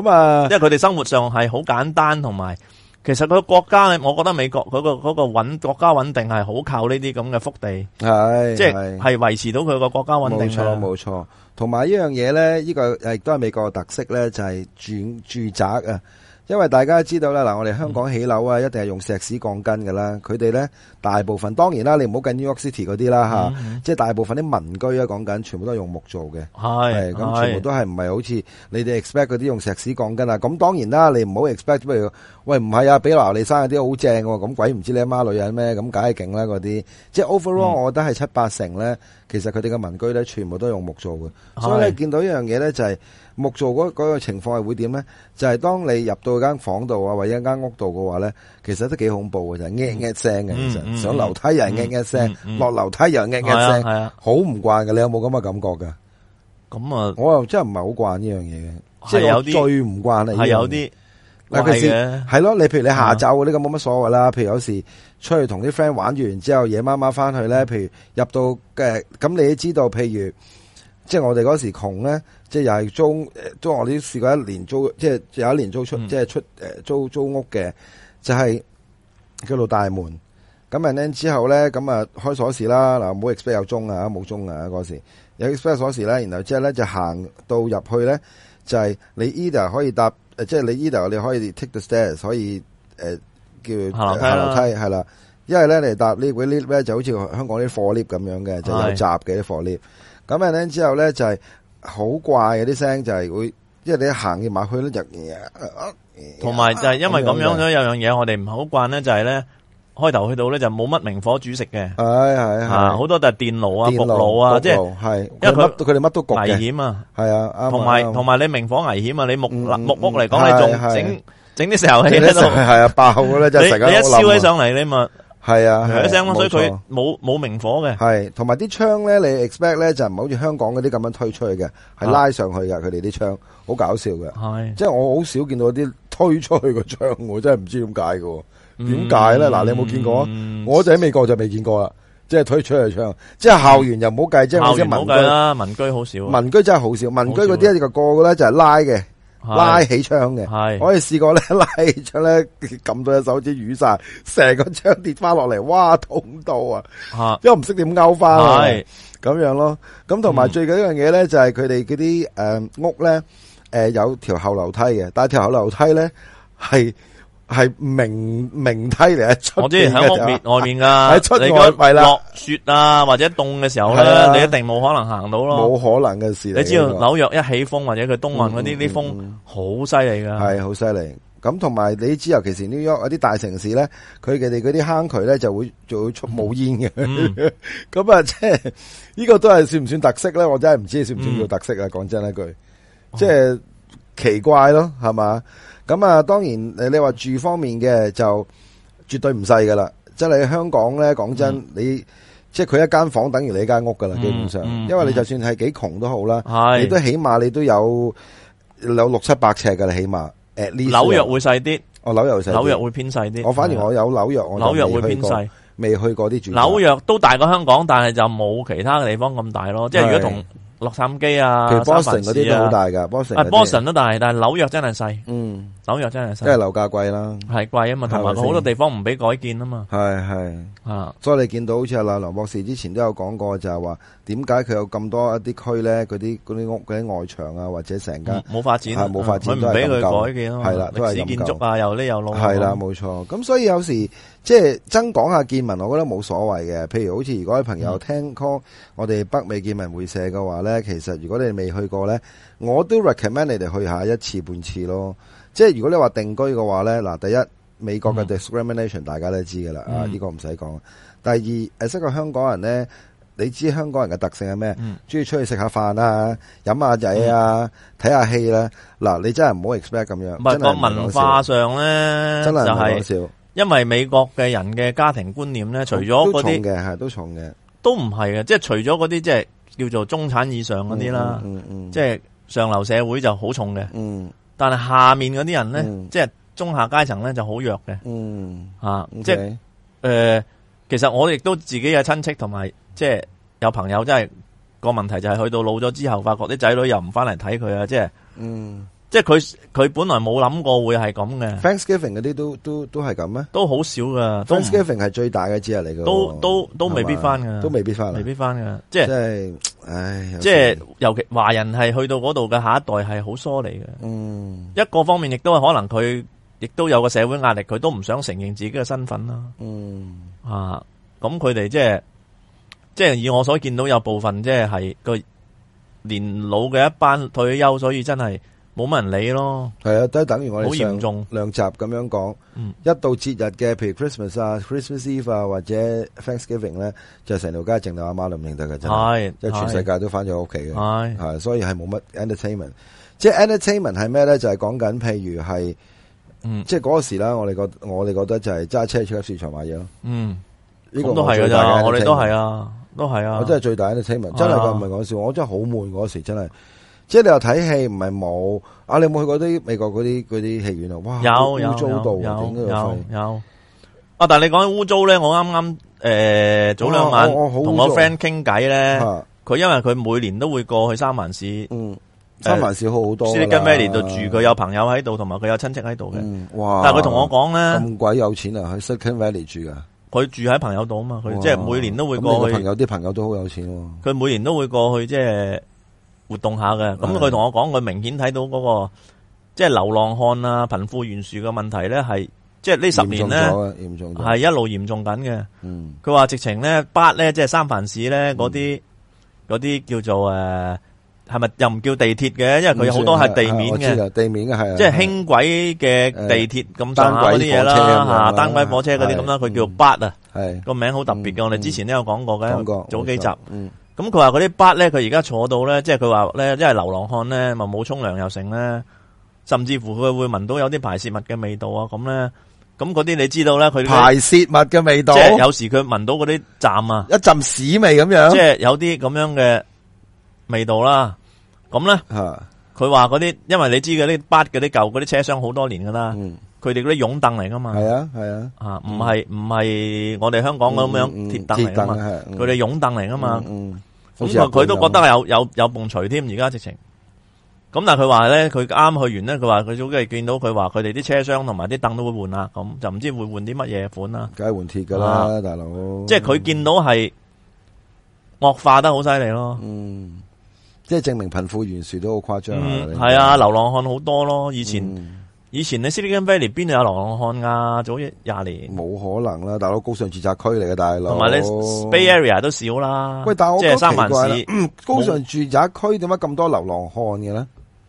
Speaker 3: 咁啊
Speaker 2: 因，為佢哋生活上係好簡單，同埋其實佢個國家，我覺得美國嗰個嗰個穩國家穩定係好靠呢啲咁嘅福地，
Speaker 3: 係
Speaker 2: 即
Speaker 3: 係
Speaker 2: 係係維持到佢個國家穩定
Speaker 3: 冇錯
Speaker 2: 啊嘅。
Speaker 3: 冇錯，同埋一樣嘢咧，呢、個誒亦都係美國嘅特色咧，就係、住住宅啊。因為大家知道啦，嗱，我哋香港起樓啊，一定係用石屎鋼筋噶啦。佢哋咧大部分當然啦，你唔好計 New York City 嗰啲啦吓，
Speaker 2: 嗯嗯
Speaker 3: 即係大部分啲民居啊，講緊全部都係用木做嘅。係
Speaker 2: 係
Speaker 3: 咁，全部
Speaker 2: 係
Speaker 3: 都係唔係好似你哋 expect 嗰啲用石屎鋼筋啊？咁當然啦，你唔好 expect 譬如喂唔係啊，比羅利山嗰啲好正喎，咁鬼唔知你阿媽女人咩？咁梗係勁啦嗰啲。即係 overall，、我覺得係七八成咧，其實佢哋嘅民居咧，全部都係用木做嘅。所以你
Speaker 2: 係
Speaker 3: 見到一樣嘢咧，就係、木做嗰嗰個情況係會點咧？就係、當你入到間房度啊，或者間屋度嘅話咧，其實都幾恐怖嘅，就係嘰嘰聲嘅，其實、
Speaker 2: 嗯嗯
Speaker 3: 上樓梯又係嘰嘰聲
Speaker 2: 嗯，嗯
Speaker 3: 落樓梯又係嘰
Speaker 2: 係啊
Speaker 3: 嘰聲，
Speaker 2: 係啊，
Speaker 3: 好唔慣嘅。你有冇咁嘅感覺㗎？
Speaker 2: 咁啊
Speaker 3: 我又真係唔係好慣呢樣嘢嘅，即
Speaker 2: 係
Speaker 3: 係我
Speaker 2: 有啲
Speaker 3: 最唔慣啊！呢樣嘢
Speaker 2: 係有啲
Speaker 3: 嗱
Speaker 2: 怪
Speaker 3: 佢先
Speaker 2: 嘅，
Speaker 3: 係咯，你譬如你下
Speaker 2: 啊
Speaker 3: 晝呢個冇乜所謂啦，譬如有時出去同啲 friend 玩完之後，夜媽媽翻去
Speaker 2: 嗯
Speaker 3: 咧，譬如入到嘅，咁你都知道，譬如即係我哋嗰時窮咧，即係又係租，租我哋都試過一年租，即係有一年租出，
Speaker 2: 嗯
Speaker 3: 即係出誒租租屋嘅，就係叫做大門。咁人咧之後咧，咁啊開鎖匙啦，嗱冇 expect 有鐘啊，冇鐘啊嗰時有 expect 鎖匙咧，然後之後咧就行到入去咧，就係、你 either 可以搭，呃即係你 either 你可以 take the stairs，可以誒、呃叫
Speaker 2: 行樓梯啦
Speaker 3: 行樓梯係啦，因為咧你搭 lift 嗰啲 lift 咧就好似香港啲貨 lift 咁樣嘅，就有
Speaker 2: 係
Speaker 3: 閘嘅啲貨 lift。咁人咧之後咧就係、好怪嘅啲聲，就係、會，因為你行入埋去咧就，
Speaker 2: 同埋就係因為咁樣
Speaker 3: 咧，
Speaker 2: 咧，有樣嘢我哋唔係好慣咧，就係咧，開頭去到咧就冇乜明火煮食嘅，
Speaker 3: 係，係，係。
Speaker 2: 啊好多就係電爐啊、焗
Speaker 3: 電爐、
Speaker 2: 爐啊，
Speaker 3: 焗
Speaker 2: 即係
Speaker 3: 爐，係，
Speaker 2: 因為
Speaker 3: 佢哋乜-
Speaker 2: 佢-
Speaker 3: 佢哋乜都焗嘅，
Speaker 2: 危險啊。
Speaker 3: 係啊，啱啊，
Speaker 2: 同埋
Speaker 3: 啱啊。
Speaker 2: 同埋你明火危險啊！你木
Speaker 3: 嗯
Speaker 2: 嗱
Speaker 3: 嗯
Speaker 2: 木屋嚟
Speaker 3: 嗯
Speaker 2: 講，你仲
Speaker 3: 係
Speaker 2: 整整啲石油氣
Speaker 3: 即係
Speaker 2: 喺度，
Speaker 3: 一成-係啊，爆嘅咧，真係 成
Speaker 2: 你
Speaker 3: 間
Speaker 2: 你一
Speaker 3: 屋冧啊。
Speaker 2: 燒起上嚟，你咪
Speaker 3: 係啊，
Speaker 2: 響一聲
Speaker 3: 係啊，
Speaker 2: 咯。所以佢
Speaker 3: 冇錯。
Speaker 2: 冇冇明火嘅。
Speaker 3: 係，同埋啲窗咧，你expect咧，就唔係好似香港嗰啲咁樣推出去嘅，係
Speaker 2: 啊。
Speaker 3: 拉上去嘅，佢哋啲窗，好搞笑嘅。
Speaker 2: 係
Speaker 3: 即係我好少見到啲推出去個窗，我真係唔知點解嘅。點解咧？嗱，你有冇見過啊？
Speaker 2: 嗯
Speaker 3: 我就喺美國就未見過啦，即係推出去窗，即係校園又唔好計，即係
Speaker 2: 校
Speaker 3: 我知
Speaker 2: 園
Speaker 3: 民
Speaker 2: 冇計
Speaker 3: 居，
Speaker 2: 啦，民居好少啊。
Speaker 3: 民居真係好少，民居嗰啲
Speaker 2: 好
Speaker 3: 咧就個個咧就係拉嘅，拉起窗嘅。
Speaker 2: 係
Speaker 3: 我哋試過咧 拉起窗咧，撳到隻手指瘀晒，成個窗跌翻落嚟，哇痛到啊！
Speaker 2: 吓
Speaker 3: 因為唔識點勾翻啊。
Speaker 2: 係
Speaker 3: 咁樣咯。咁同埋最緊一樣嘢咧，就係佢哋嗰啲誒屋咧，誒、有條後樓梯嘅，但係條後樓梯咧係係明明梯嚟喺出
Speaker 2: 我之
Speaker 3: 邊
Speaker 2: 前喺
Speaker 3: 嘅
Speaker 2: 屋面
Speaker 3: 咋。
Speaker 2: 外面噶，
Speaker 3: 喺出
Speaker 2: 你
Speaker 3: 外咪啦
Speaker 2: 落雪啊或者凍嘅時候
Speaker 3: 係
Speaker 2: 咧，
Speaker 3: 啊
Speaker 2: 你一定冇可能行到咯。
Speaker 3: 冇可能嘅事嚟嘅。
Speaker 2: 你知道紐約一起風或者佢東岸嗰啲
Speaker 3: 嗯
Speaker 2: 啲
Speaker 3: 嗯
Speaker 2: 風好犀利噶，
Speaker 3: 係好犀利。咁同埋你知，尤其是 New York 嗰啲大城市咧，佢哋嗰啲坑渠咧就會就會出冒煙嘅。
Speaker 2: 嗯
Speaker 3: 咁啊，即係呢個都係算唔算特色咧？我真係唔知算唔算叫特色啊！講真一句，
Speaker 2: 哦
Speaker 3: 即係奇怪咯，係嘛？咁啊，當然誒，你話住方面嘅就絕對唔細噶啦。即係你香港咧，講真，你即係佢一間房等於你一間屋噶啦，
Speaker 2: 嗯
Speaker 3: 基本上，
Speaker 2: 嗯
Speaker 3: 因為你就算係幾窮都好啦，你都
Speaker 2: 係
Speaker 3: 起碼你都有有六七百尺噶啦，起碼 at least
Speaker 2: 紐約會細啲，
Speaker 3: 哦，紐約細啲
Speaker 2: 紐約會偏細啲。
Speaker 3: 我反而我有紐約，我就
Speaker 2: 紐約會
Speaker 3: 未去
Speaker 2: 偏
Speaker 3: 過
Speaker 2: 細，
Speaker 3: 未去過啲住宅
Speaker 2: 紐約都大過香港，但係就冇其他嘅地方咁大咯。即係如果同洛杉磯啊、
Speaker 3: 其實
Speaker 2: 三藩
Speaker 3: Boston 嗰
Speaker 2: 市
Speaker 3: 啲都好
Speaker 2: 啊，
Speaker 3: 大噶，Boston
Speaker 2: 啊
Speaker 3: 嗰啲
Speaker 2: Boston 啊都大，但係紐約真係細，
Speaker 3: 嗯，
Speaker 2: 紐約真係
Speaker 3: 因為
Speaker 2: 細，
Speaker 3: 樓價貴啦，
Speaker 2: 係貴啊嘛，同埋
Speaker 3: 係咪先
Speaker 2: 好多地方唔俾改建啊嘛，
Speaker 3: 係係，
Speaker 2: 啊，
Speaker 3: 所以你見到好似阿梁博士之前都有講過，就係話點解佢有咁多一啲區咧，嗰啲嗰啲屋嗰啲外牆啊，或者成間
Speaker 2: 冇發展，
Speaker 3: 係冇發展
Speaker 2: 佢唔俾
Speaker 3: 都係咁
Speaker 2: 佢
Speaker 3: 舊
Speaker 2: 改建啊嘛，
Speaker 3: 係啦都係
Speaker 2: 歷史
Speaker 3: 咁
Speaker 2: 建
Speaker 3: 舊
Speaker 2: 築啊，又呢又路啊
Speaker 3: 係啦，，冇錯。咁所以有時即係增廣下見聞，我覺得冇所謂嘅。譬如好似如果啲朋
Speaker 2: 嗯
Speaker 3: 友聽 call 我哋北美見聞會社嘅話咧，其實如果你未去過咧，我都 recommend 你哋去下一次半次咯。即係如果你話定居嘅話咧，嗱，第一美國嘅 discrimination 大家都知噶啦，啊
Speaker 2: 嗯
Speaker 3: 呢個唔使講。第二誒，識個香港人咧。你知香港人嘅特性係咩
Speaker 2: 嗯？
Speaker 3: 中意出去食下飯啊，飲下仔啊，睇下戲啦。嗱，你真係唔好 expect 咁樣。
Speaker 2: 唔係
Speaker 3: 真係
Speaker 2: 個
Speaker 3: 唔係
Speaker 2: 文
Speaker 3: 講笑
Speaker 2: 化上咧，就
Speaker 3: 真係唔係講
Speaker 2: 係
Speaker 3: 笑。
Speaker 2: 因為美國嘅人嘅家庭觀念咧，除咗
Speaker 3: 都
Speaker 2: 嗰
Speaker 3: 重
Speaker 2: 啲
Speaker 3: 嘅，系都重嘅
Speaker 2: 都唔係嘅，即係除咗嗰啲即係叫做中產以上嗰啲啦，
Speaker 3: 嗯嗯，
Speaker 2: 即係上流社會就好重嘅。
Speaker 3: 嗯
Speaker 2: 但係下面嗰啲人咧，
Speaker 3: 嗯
Speaker 2: 即係中下階層咧就好弱嘅
Speaker 3: 嗯，
Speaker 2: 啊！即係誒、
Speaker 3: 係
Speaker 2: 呃其實我亦都自己嘅親戚同埋即係有朋友，真係個問題就係去到老咗之後，發覺啲仔女又唔翻嚟睇佢啊！即係
Speaker 3: 嗯
Speaker 2: 即係佢佢本來冇諗過會係咁 嘅，
Speaker 3: Thanksgiving 嗰啲都都都係咁咩
Speaker 2: 都好少噶，都唔
Speaker 3: ？Thanksgiving 係最大嘅節日嚟嘅喎，
Speaker 2: 都都都未必返㗎
Speaker 3: 係嘛都未必翻，
Speaker 2: 未
Speaker 3: 未必，
Speaker 2: 必翻噶。即
Speaker 3: 即
Speaker 2: 係
Speaker 3: 係唉，有時
Speaker 2: 即係，尤其華人係去到嗰度嘅下一代係好疏離嘅。
Speaker 3: 嗯
Speaker 2: 一個方面亦都係可能佢亦都有個社會壓力，佢都唔想承認自己嘅身份啦。
Speaker 3: 嗯
Speaker 2: 啊，咁佢哋即係即係以我所見到有部分即係係個年老嘅一班退休，所以真係冇乜人理咯。
Speaker 3: 係啊，都係等於我
Speaker 2: 好
Speaker 3: 哋
Speaker 2: 嚴
Speaker 3: 上
Speaker 2: 重
Speaker 3: 兩集咁樣講，
Speaker 2: 嗯
Speaker 3: 一到節日嘅，譬如 Christmas 啊、Christmas Eve 啊或者 Thanksgiving 咧，就成條街靜到阿媽都唔認得嘅，真係，
Speaker 2: 係
Speaker 3: 即係全世界都翻咗屋企嘅。
Speaker 2: 係
Speaker 3: 系，所以係冇乜 entertainment。即係 entertainment 係咩咧？就係講緊，譬如係
Speaker 2: 嗯
Speaker 3: 即係嗰時啦，我哋覺我哋覺得就係揸車出市場買嘢咯。
Speaker 2: 嗯，
Speaker 3: 呢個
Speaker 2: 咁都係
Speaker 3: 㗎
Speaker 2: 噶咋，我哋都係啊，都係啊，
Speaker 3: 我真係最大 entertainment，
Speaker 2: 啊
Speaker 3: 真係㗎，唔係講笑。我真係好悶嗰時，真係。即係你又睇戲唔係冇啊？你有冇去過啲美國嗰啲嗰啲戲院啊？哇，
Speaker 2: 有
Speaker 3: 污
Speaker 2: 有
Speaker 3: 糟到
Speaker 2: 有
Speaker 3: 啊頂
Speaker 2: 有
Speaker 3: 佢個肺
Speaker 2: 有有啊！但係你講起污糟咧，我啱啱诶早兩晚
Speaker 3: 哇我我好污糟啊
Speaker 2: 同我 friend 傾偈咧，
Speaker 3: 嚇
Speaker 2: 佢因為佢每年都會過去三藩市
Speaker 3: 嗯，三藩市好好多㗎啦。
Speaker 2: Silicon Valley 度住，佢有朋友喺度，同埋佢有親戚喺度嘅。
Speaker 3: 嗯哇！
Speaker 2: 但係佢同我講咧，
Speaker 3: 咁鬼有錢啊，喺 Silicon Valley 住㗎。
Speaker 2: 佢住喺朋友度啊嘛，佢
Speaker 3: 哇
Speaker 2: 即係每年都會
Speaker 3: 咁你個
Speaker 2: 過去
Speaker 3: 朋，友啲朋友都好有錢喎。
Speaker 2: 佢每年都會過去即係活動下嘅。咁
Speaker 3: 係
Speaker 2: 佢同我講，佢明顯睇到嗰個即係流浪漢啊、貧富懸殊嘅問題咧，係即係呢十年
Speaker 3: 嚴
Speaker 2: 咧
Speaker 3: 重咗啊嚴重咗。
Speaker 2: 係一路嚴重緊嘅。
Speaker 3: 嗯
Speaker 2: 佢話直情咧，巴咧即係三藩市咧嗰啲嗰啲叫做诶呃係咪又唔叫地鐵嘅？因為佢有好多係地面
Speaker 3: 我知
Speaker 2: 嘅，
Speaker 3: 啦地面嘅係啊
Speaker 2: 即係輕軌嘅地鐵咁上下嗰啲嘢
Speaker 3: 單軌火車咁樣
Speaker 2: 啦，
Speaker 3: 啦
Speaker 2: 嚇單軌火車嗰啲咁
Speaker 3: 係
Speaker 2: 啦，
Speaker 3: 嗯
Speaker 2: 佢叫做 BART 啊，
Speaker 3: 係
Speaker 2: 個名好特別嘅。
Speaker 3: 嗯
Speaker 2: 我哋之前都有講過
Speaker 3: 講
Speaker 2: 嘅
Speaker 3: 過，
Speaker 2: 早幾集。
Speaker 3: 冇錯嗯
Speaker 2: 咁佢話嗰啲 BART 咧，佢而家坐到咧，即係佢話咧，因為流浪漢咧，咪冇沖涼又剩咧，甚至乎佢會聞到有啲排泄物嘅味道啊，咁咧，咁嗰啲你知道咧，佢
Speaker 3: 排泄物嘅味道，
Speaker 2: 即係有時佢聞到嗰啲站啊。
Speaker 3: 一陣屎味咁樣
Speaker 2: 即係有啲咁樣嘅味道啦。咁咧，
Speaker 3: 嚇
Speaker 2: 佢話嗰啲，因為你知嘅啲巴嗰啲舊嗰啲車廂好多年噶啦，
Speaker 3: 嗯
Speaker 2: 佢哋嗰啲擁凳嚟噶嘛，
Speaker 3: 係啊係啊，
Speaker 2: 啊，唔係唔係我哋香港咁樣
Speaker 3: 嗯嗯
Speaker 2: 鐵凳嚟噶
Speaker 3: 鐵
Speaker 2: 嘛，
Speaker 3: 啊係嗯
Speaker 2: 佢哋擁凳嚟噶嘛，
Speaker 3: 嗯嗯好
Speaker 2: 咁
Speaker 3: 似日啊
Speaker 2: 佢佢都
Speaker 3: 本
Speaker 2: 覺
Speaker 3: 咁
Speaker 2: 得有有有埲除添，而家直情。咁但係佢話咧，佢啱去完咧，佢話佢早幾日見到佢話佢哋啲車廂同埋啲凳都會換啦，咁就唔知會換啲乜嘢款啦。
Speaker 3: 梗係換鐵㗎啦，
Speaker 2: 啊
Speaker 3: 大佬。
Speaker 2: 即係佢見到係惡化得好犀利咯。
Speaker 3: 嗯，即係證明貧富懸殊都好誇張啊！
Speaker 2: 嗯，
Speaker 3: 你
Speaker 2: 系啊，，流浪漢好多咯。以前、
Speaker 3: 嗯
Speaker 2: 以前你 Silicon Valley 邊度有流浪漢噶？早一廿年，
Speaker 3: 冇可能啦，大佬高尚住宅區嚟嘅大佬。
Speaker 2: 同埋你 Bay Area 都少啦。
Speaker 3: 喂但我
Speaker 2: 即
Speaker 3: 覺得
Speaker 2: 係三藩
Speaker 3: 奇怪啦嗯
Speaker 2: 市，
Speaker 3: 高尚住宅區點解咁多流浪漢嘅咧？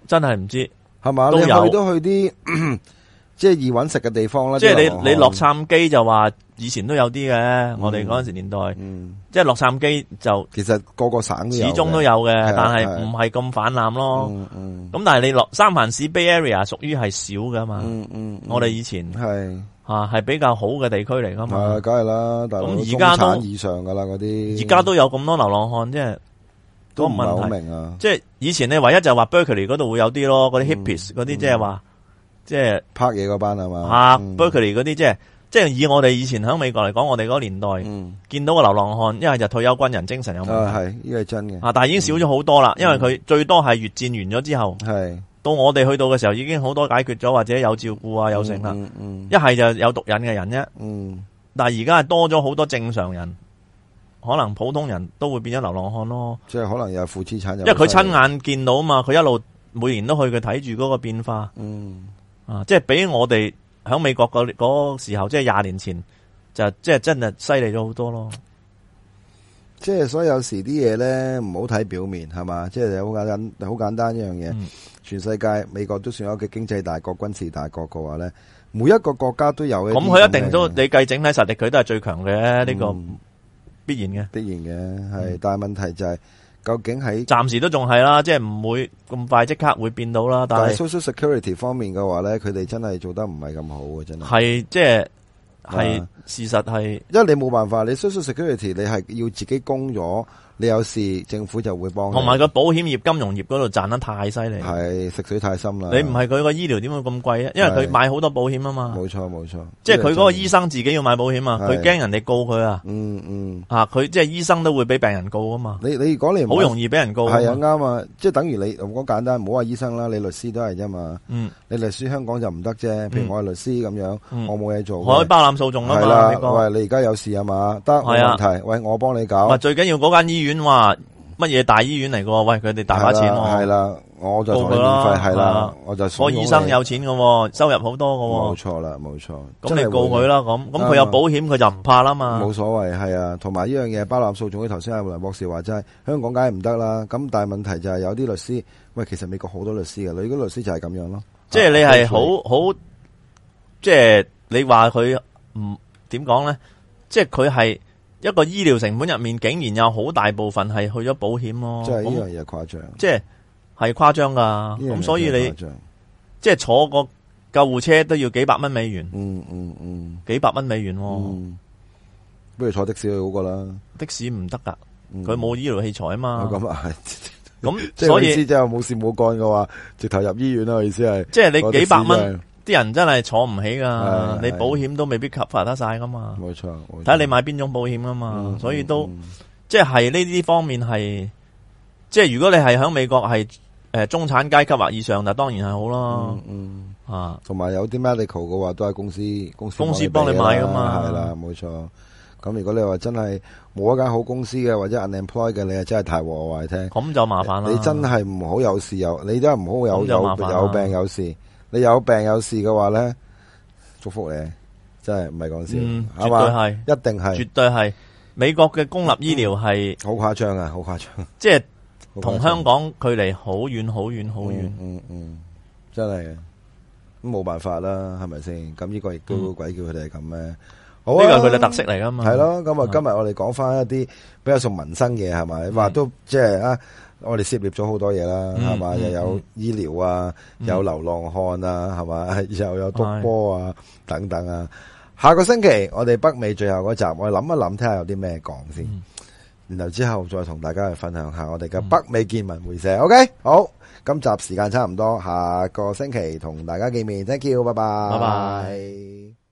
Speaker 2: 真係唔知。
Speaker 3: 係嘛？
Speaker 2: 都
Speaker 3: 你
Speaker 2: 有
Speaker 3: 去都去啲 即係易揾食嘅地方啦。
Speaker 2: 即
Speaker 3: 啲
Speaker 2: 係
Speaker 3: 流浪漢
Speaker 2: 你你洛，杉磯就話以前都有啲嘅，我哋嗰阵时年代，
Speaker 3: 嗯，
Speaker 2: 即係洛杉磯就
Speaker 3: 其實個個省都
Speaker 2: 始
Speaker 3: 有嘅
Speaker 2: 終都有
Speaker 3: 係啊
Speaker 2: 嘅，但係
Speaker 3: 係啊
Speaker 2: 唔係咁泛濫咯。
Speaker 3: 嗯嗯
Speaker 2: 咁但係你洛三藩市 Bay Area 屬於係少噶嘛？
Speaker 3: 嗯嗯，
Speaker 2: 啊我哋以前
Speaker 3: 係
Speaker 2: 啊係比較好嘅地區嚟噶嘛
Speaker 3: 啊，梗。係啦，大佬
Speaker 2: 咁
Speaker 3: 中
Speaker 2: 而家都
Speaker 3: 產以上㗎啦，嗰啲
Speaker 2: 而家都有咁多流浪漢，即係
Speaker 3: 嗯都
Speaker 2: 都
Speaker 3: 唔
Speaker 2: 唔
Speaker 3: 係
Speaker 2: 問
Speaker 3: 好
Speaker 2: 題。
Speaker 3: 明啊，
Speaker 2: 即係以前你唯一就話 Berkeley 嗰度會有啲咯，
Speaker 3: 嗯
Speaker 2: 嗰啲 hippies 嗰啲即係話，即係
Speaker 3: 拍嘢嗰班係嘛？
Speaker 2: 啊
Speaker 3: 嗯
Speaker 2: Berkeley 嗰啲即係即係以我哋以前喺美國嚟講，我哋嗰個年代
Speaker 3: 嗯，
Speaker 2: 見到個流浪漢，一係就退休軍人精神有問
Speaker 3: 啊
Speaker 2: 題
Speaker 3: 係，嗯呢個係真嘅，
Speaker 2: 啊，但係已經少咗好多啦，因為佢最多係越戰完咗之後，
Speaker 3: 係
Speaker 2: 到我哋去到嘅時候已經好多解決咗，或者有照顧啊，有剩啦。
Speaker 3: 嗯嗯
Speaker 2: 一係就有毒癮嘅人啫，
Speaker 3: 嗯
Speaker 2: 但係而家係多咗好多正常人，可能普通人都會變咗流浪漢咯。
Speaker 3: 即係可能又係負資產，因
Speaker 2: 因為佢親，眼見到嘛，佢一路每年都去，佢睇住嗰個變化
Speaker 3: 嗯
Speaker 2: 啊，即係比我哋喺美國嗰嗰時候，即係廿年前就即係真係犀利咗好多咯。
Speaker 3: 即係所以有時啲嘢咧唔好睇表面係嘛，即係好簡單，好簡單一樣嘢。
Speaker 2: 嗯
Speaker 3: 全世界美國都算有一個經濟大國、軍事大國嘅話咧，每一個國家都有一啲
Speaker 2: 咁佢一
Speaker 3: 咁
Speaker 2: 定
Speaker 3: 嘅
Speaker 2: 都你計整體實力，佢都係最強嘅呢個
Speaker 3: 嗯
Speaker 2: 必然嘅。
Speaker 3: 必然嘅係，
Speaker 2: 嗯
Speaker 3: 但係問題就係究竟喺
Speaker 2: 暫時都仲係啦，即係唔會咁快即刻會變到啦。但
Speaker 3: 但係
Speaker 2: 係
Speaker 3: social security 方面嘅話咧，佢哋真係做得唔係咁好嘅，真係。
Speaker 2: 係即係係
Speaker 3: 嗯啊
Speaker 2: 事實係
Speaker 3: 因為你冇辦法，你 social security 你係要自己供咗，你有事政府就會幫你。
Speaker 2: 同埋個保險業、金融業嗰度賺得太犀利。
Speaker 3: 係食水太深啦。
Speaker 2: 你唔係佢個醫療點會咁貴啊？因為
Speaker 3: 係
Speaker 2: 佢買好多保險啊嘛，
Speaker 3: 冇錯冇錯，
Speaker 2: 即係佢嗰個醫生自己要買保險啊，
Speaker 3: 係
Speaker 2: 佢驚人哋告佢啊。
Speaker 3: 嗯嗯，
Speaker 2: 啊，佢即系醫生都會俾病人告啊嘛，
Speaker 3: 你你如果你
Speaker 2: 好容易俾人告
Speaker 3: 係啊
Speaker 2: 啊嘛。
Speaker 3: 啱啊，即係等於你我講簡單，唔好話醫生啦，你律師都係啫嘛。
Speaker 2: 嗯，
Speaker 3: 你律師香港就唔得啫，譬如我係律師咁樣，
Speaker 2: 嗯
Speaker 3: 我冇嘢做嘅。
Speaker 2: 可以包攬訴訟啦
Speaker 3: 係
Speaker 2: 啊嘛，美
Speaker 3: 啦，
Speaker 2: 國。
Speaker 3: 喂，你而家有事啊嘛？得冇
Speaker 2: 係啊
Speaker 3: 問題，喂，我幫你
Speaker 2: 唔係
Speaker 3: 搞。
Speaker 2: 最緊要嗰間醫院話乜嘢大醫院嚟嘅喎，喂佢哋大把錢
Speaker 3: 係
Speaker 2: 喎，
Speaker 3: 啦，我就同你
Speaker 2: 報佢
Speaker 3: 免
Speaker 2: 啦
Speaker 3: 費係啦
Speaker 2: 啊，
Speaker 3: 我就慫
Speaker 2: 個
Speaker 3: 恿
Speaker 2: 醫生
Speaker 3: 你
Speaker 2: 有錢嘅喎，收入好多
Speaker 3: 冇
Speaker 2: 嘅
Speaker 3: 錯啦，冇錯。
Speaker 2: 喎，
Speaker 3: 真
Speaker 2: 咁
Speaker 3: 係
Speaker 2: 你告
Speaker 3: 會
Speaker 2: 佢啦，咁咁
Speaker 3: 啱啊
Speaker 2: 佢有保險佢就唔怕啦嘛
Speaker 3: 冇。所謂，係啊，同埋呢樣嘢包攬訴訟，頭先阿梁博士話真係香港梗係唔得啦。咁但係問題就係有啲律師，喂，其實美國好多律師嘅，你嗰律師就係咁樣咯。
Speaker 2: 即係你係好
Speaker 3: 啊
Speaker 2: 好，即係你話佢唔點講咧？即係佢係一個醫療成本入面，竟然有好大部分係去咗保險咯。
Speaker 3: 即係
Speaker 2: 咁
Speaker 3: 呢樣嘢誇張，呢
Speaker 2: 即係係誇張噶。
Speaker 3: 樣嘢
Speaker 2: 哦咁所以你
Speaker 3: 誇張
Speaker 2: 即係坐個救護車都要幾百蚊美元，
Speaker 3: 嗯嗯嗯
Speaker 2: 幾百蚊美元、喎。
Speaker 3: 嗯，不如坐的士去好過啦。
Speaker 2: 的士唔得噶，
Speaker 3: 嗯
Speaker 2: 佢冇醫療器材啊
Speaker 3: 哦
Speaker 2: 嘛。
Speaker 3: 咁啊，係
Speaker 2: 咁
Speaker 3: 即係我
Speaker 2: 所
Speaker 3: 意思
Speaker 2: 以
Speaker 3: 即係冇事冇幹嘅話，直頭入醫院啦。我意思係
Speaker 2: 即係
Speaker 3: 坐
Speaker 2: 你
Speaker 3: 的士
Speaker 2: 幾百蚊，
Speaker 3: 真係
Speaker 2: 啲人真係坐唔起噶
Speaker 3: 係。
Speaker 2: 你
Speaker 3: 係
Speaker 2: 保險都未必 cover 得晒噶嘛。
Speaker 3: 冇錯，冇錯
Speaker 2: 睇下你買邊種保險噶嘛
Speaker 3: 嗯。
Speaker 2: 所以都。
Speaker 3: 嗯
Speaker 2: 即係呢啲方面係，即係如果你係喺美國係诶中產階級或以上，就當然係好啦
Speaker 3: 嗯。嗯。
Speaker 2: 啊，
Speaker 3: 同埋有啲 medical 嘅話，都係公司公司
Speaker 2: 公司
Speaker 3: 幫俾啦
Speaker 2: 幫你買㗎嘛
Speaker 3: 係啦，冇錯。咁如果你話真係冇一間好公司嘅，或者 unemployed 嘅，你啊真係太和話你聽。
Speaker 2: 咁就麻煩啦。
Speaker 3: 你真係唔好有事有，你都係唔好有
Speaker 2: 咁就麻
Speaker 3: 有
Speaker 2: 煩啦
Speaker 3: 有病有事。你有病有事嘅話咧，祝福你，真係唔係講
Speaker 2: 嗯，
Speaker 3: 笑，
Speaker 2: 絕
Speaker 3: 係
Speaker 2: 對
Speaker 3: 嘛？
Speaker 2: 係，
Speaker 3: 一定係
Speaker 2: 絕對係。美國嘅公立醫療係
Speaker 3: 嗯好誇張啊，好誇張。
Speaker 2: 即係
Speaker 3: 嗰個
Speaker 2: 同香港距離好遠好遠好遠。
Speaker 3: 嗯嗯嗯，真系嘅，咁冇辦法啦，係咪先？咁呢個亦都鬼叫佢哋係咁咩？好啊，
Speaker 2: 嗯呢個係佢嘅特色嚟噶嘛。
Speaker 3: 係咯，咁啊
Speaker 2: 嗯，
Speaker 3: 今日我哋講翻一啲比較重民生嘅係咪？話都即係啊，我哋涉獵咗好多嘢啦，
Speaker 2: 嗯
Speaker 3: 係嘛？
Speaker 2: 嗯
Speaker 3: 又有
Speaker 2: 嗯
Speaker 3: 醫療啊，
Speaker 2: 嗯
Speaker 3: 有流浪漢啊，係嘛？ 又有督
Speaker 2: 係
Speaker 3: 波啊，等等啊。下個星期我哋北美最後嗰集，我哋諗一諗，睇下有啲咩講先。
Speaker 2: 嗯
Speaker 3: 然後之後再同大家去分享下我哋嘅
Speaker 2: 嗯
Speaker 3: 北美見聞會社。OK，好，今集時間差唔多，下個星期同大家見面。Thank you，拜拜，
Speaker 2: 拜拜。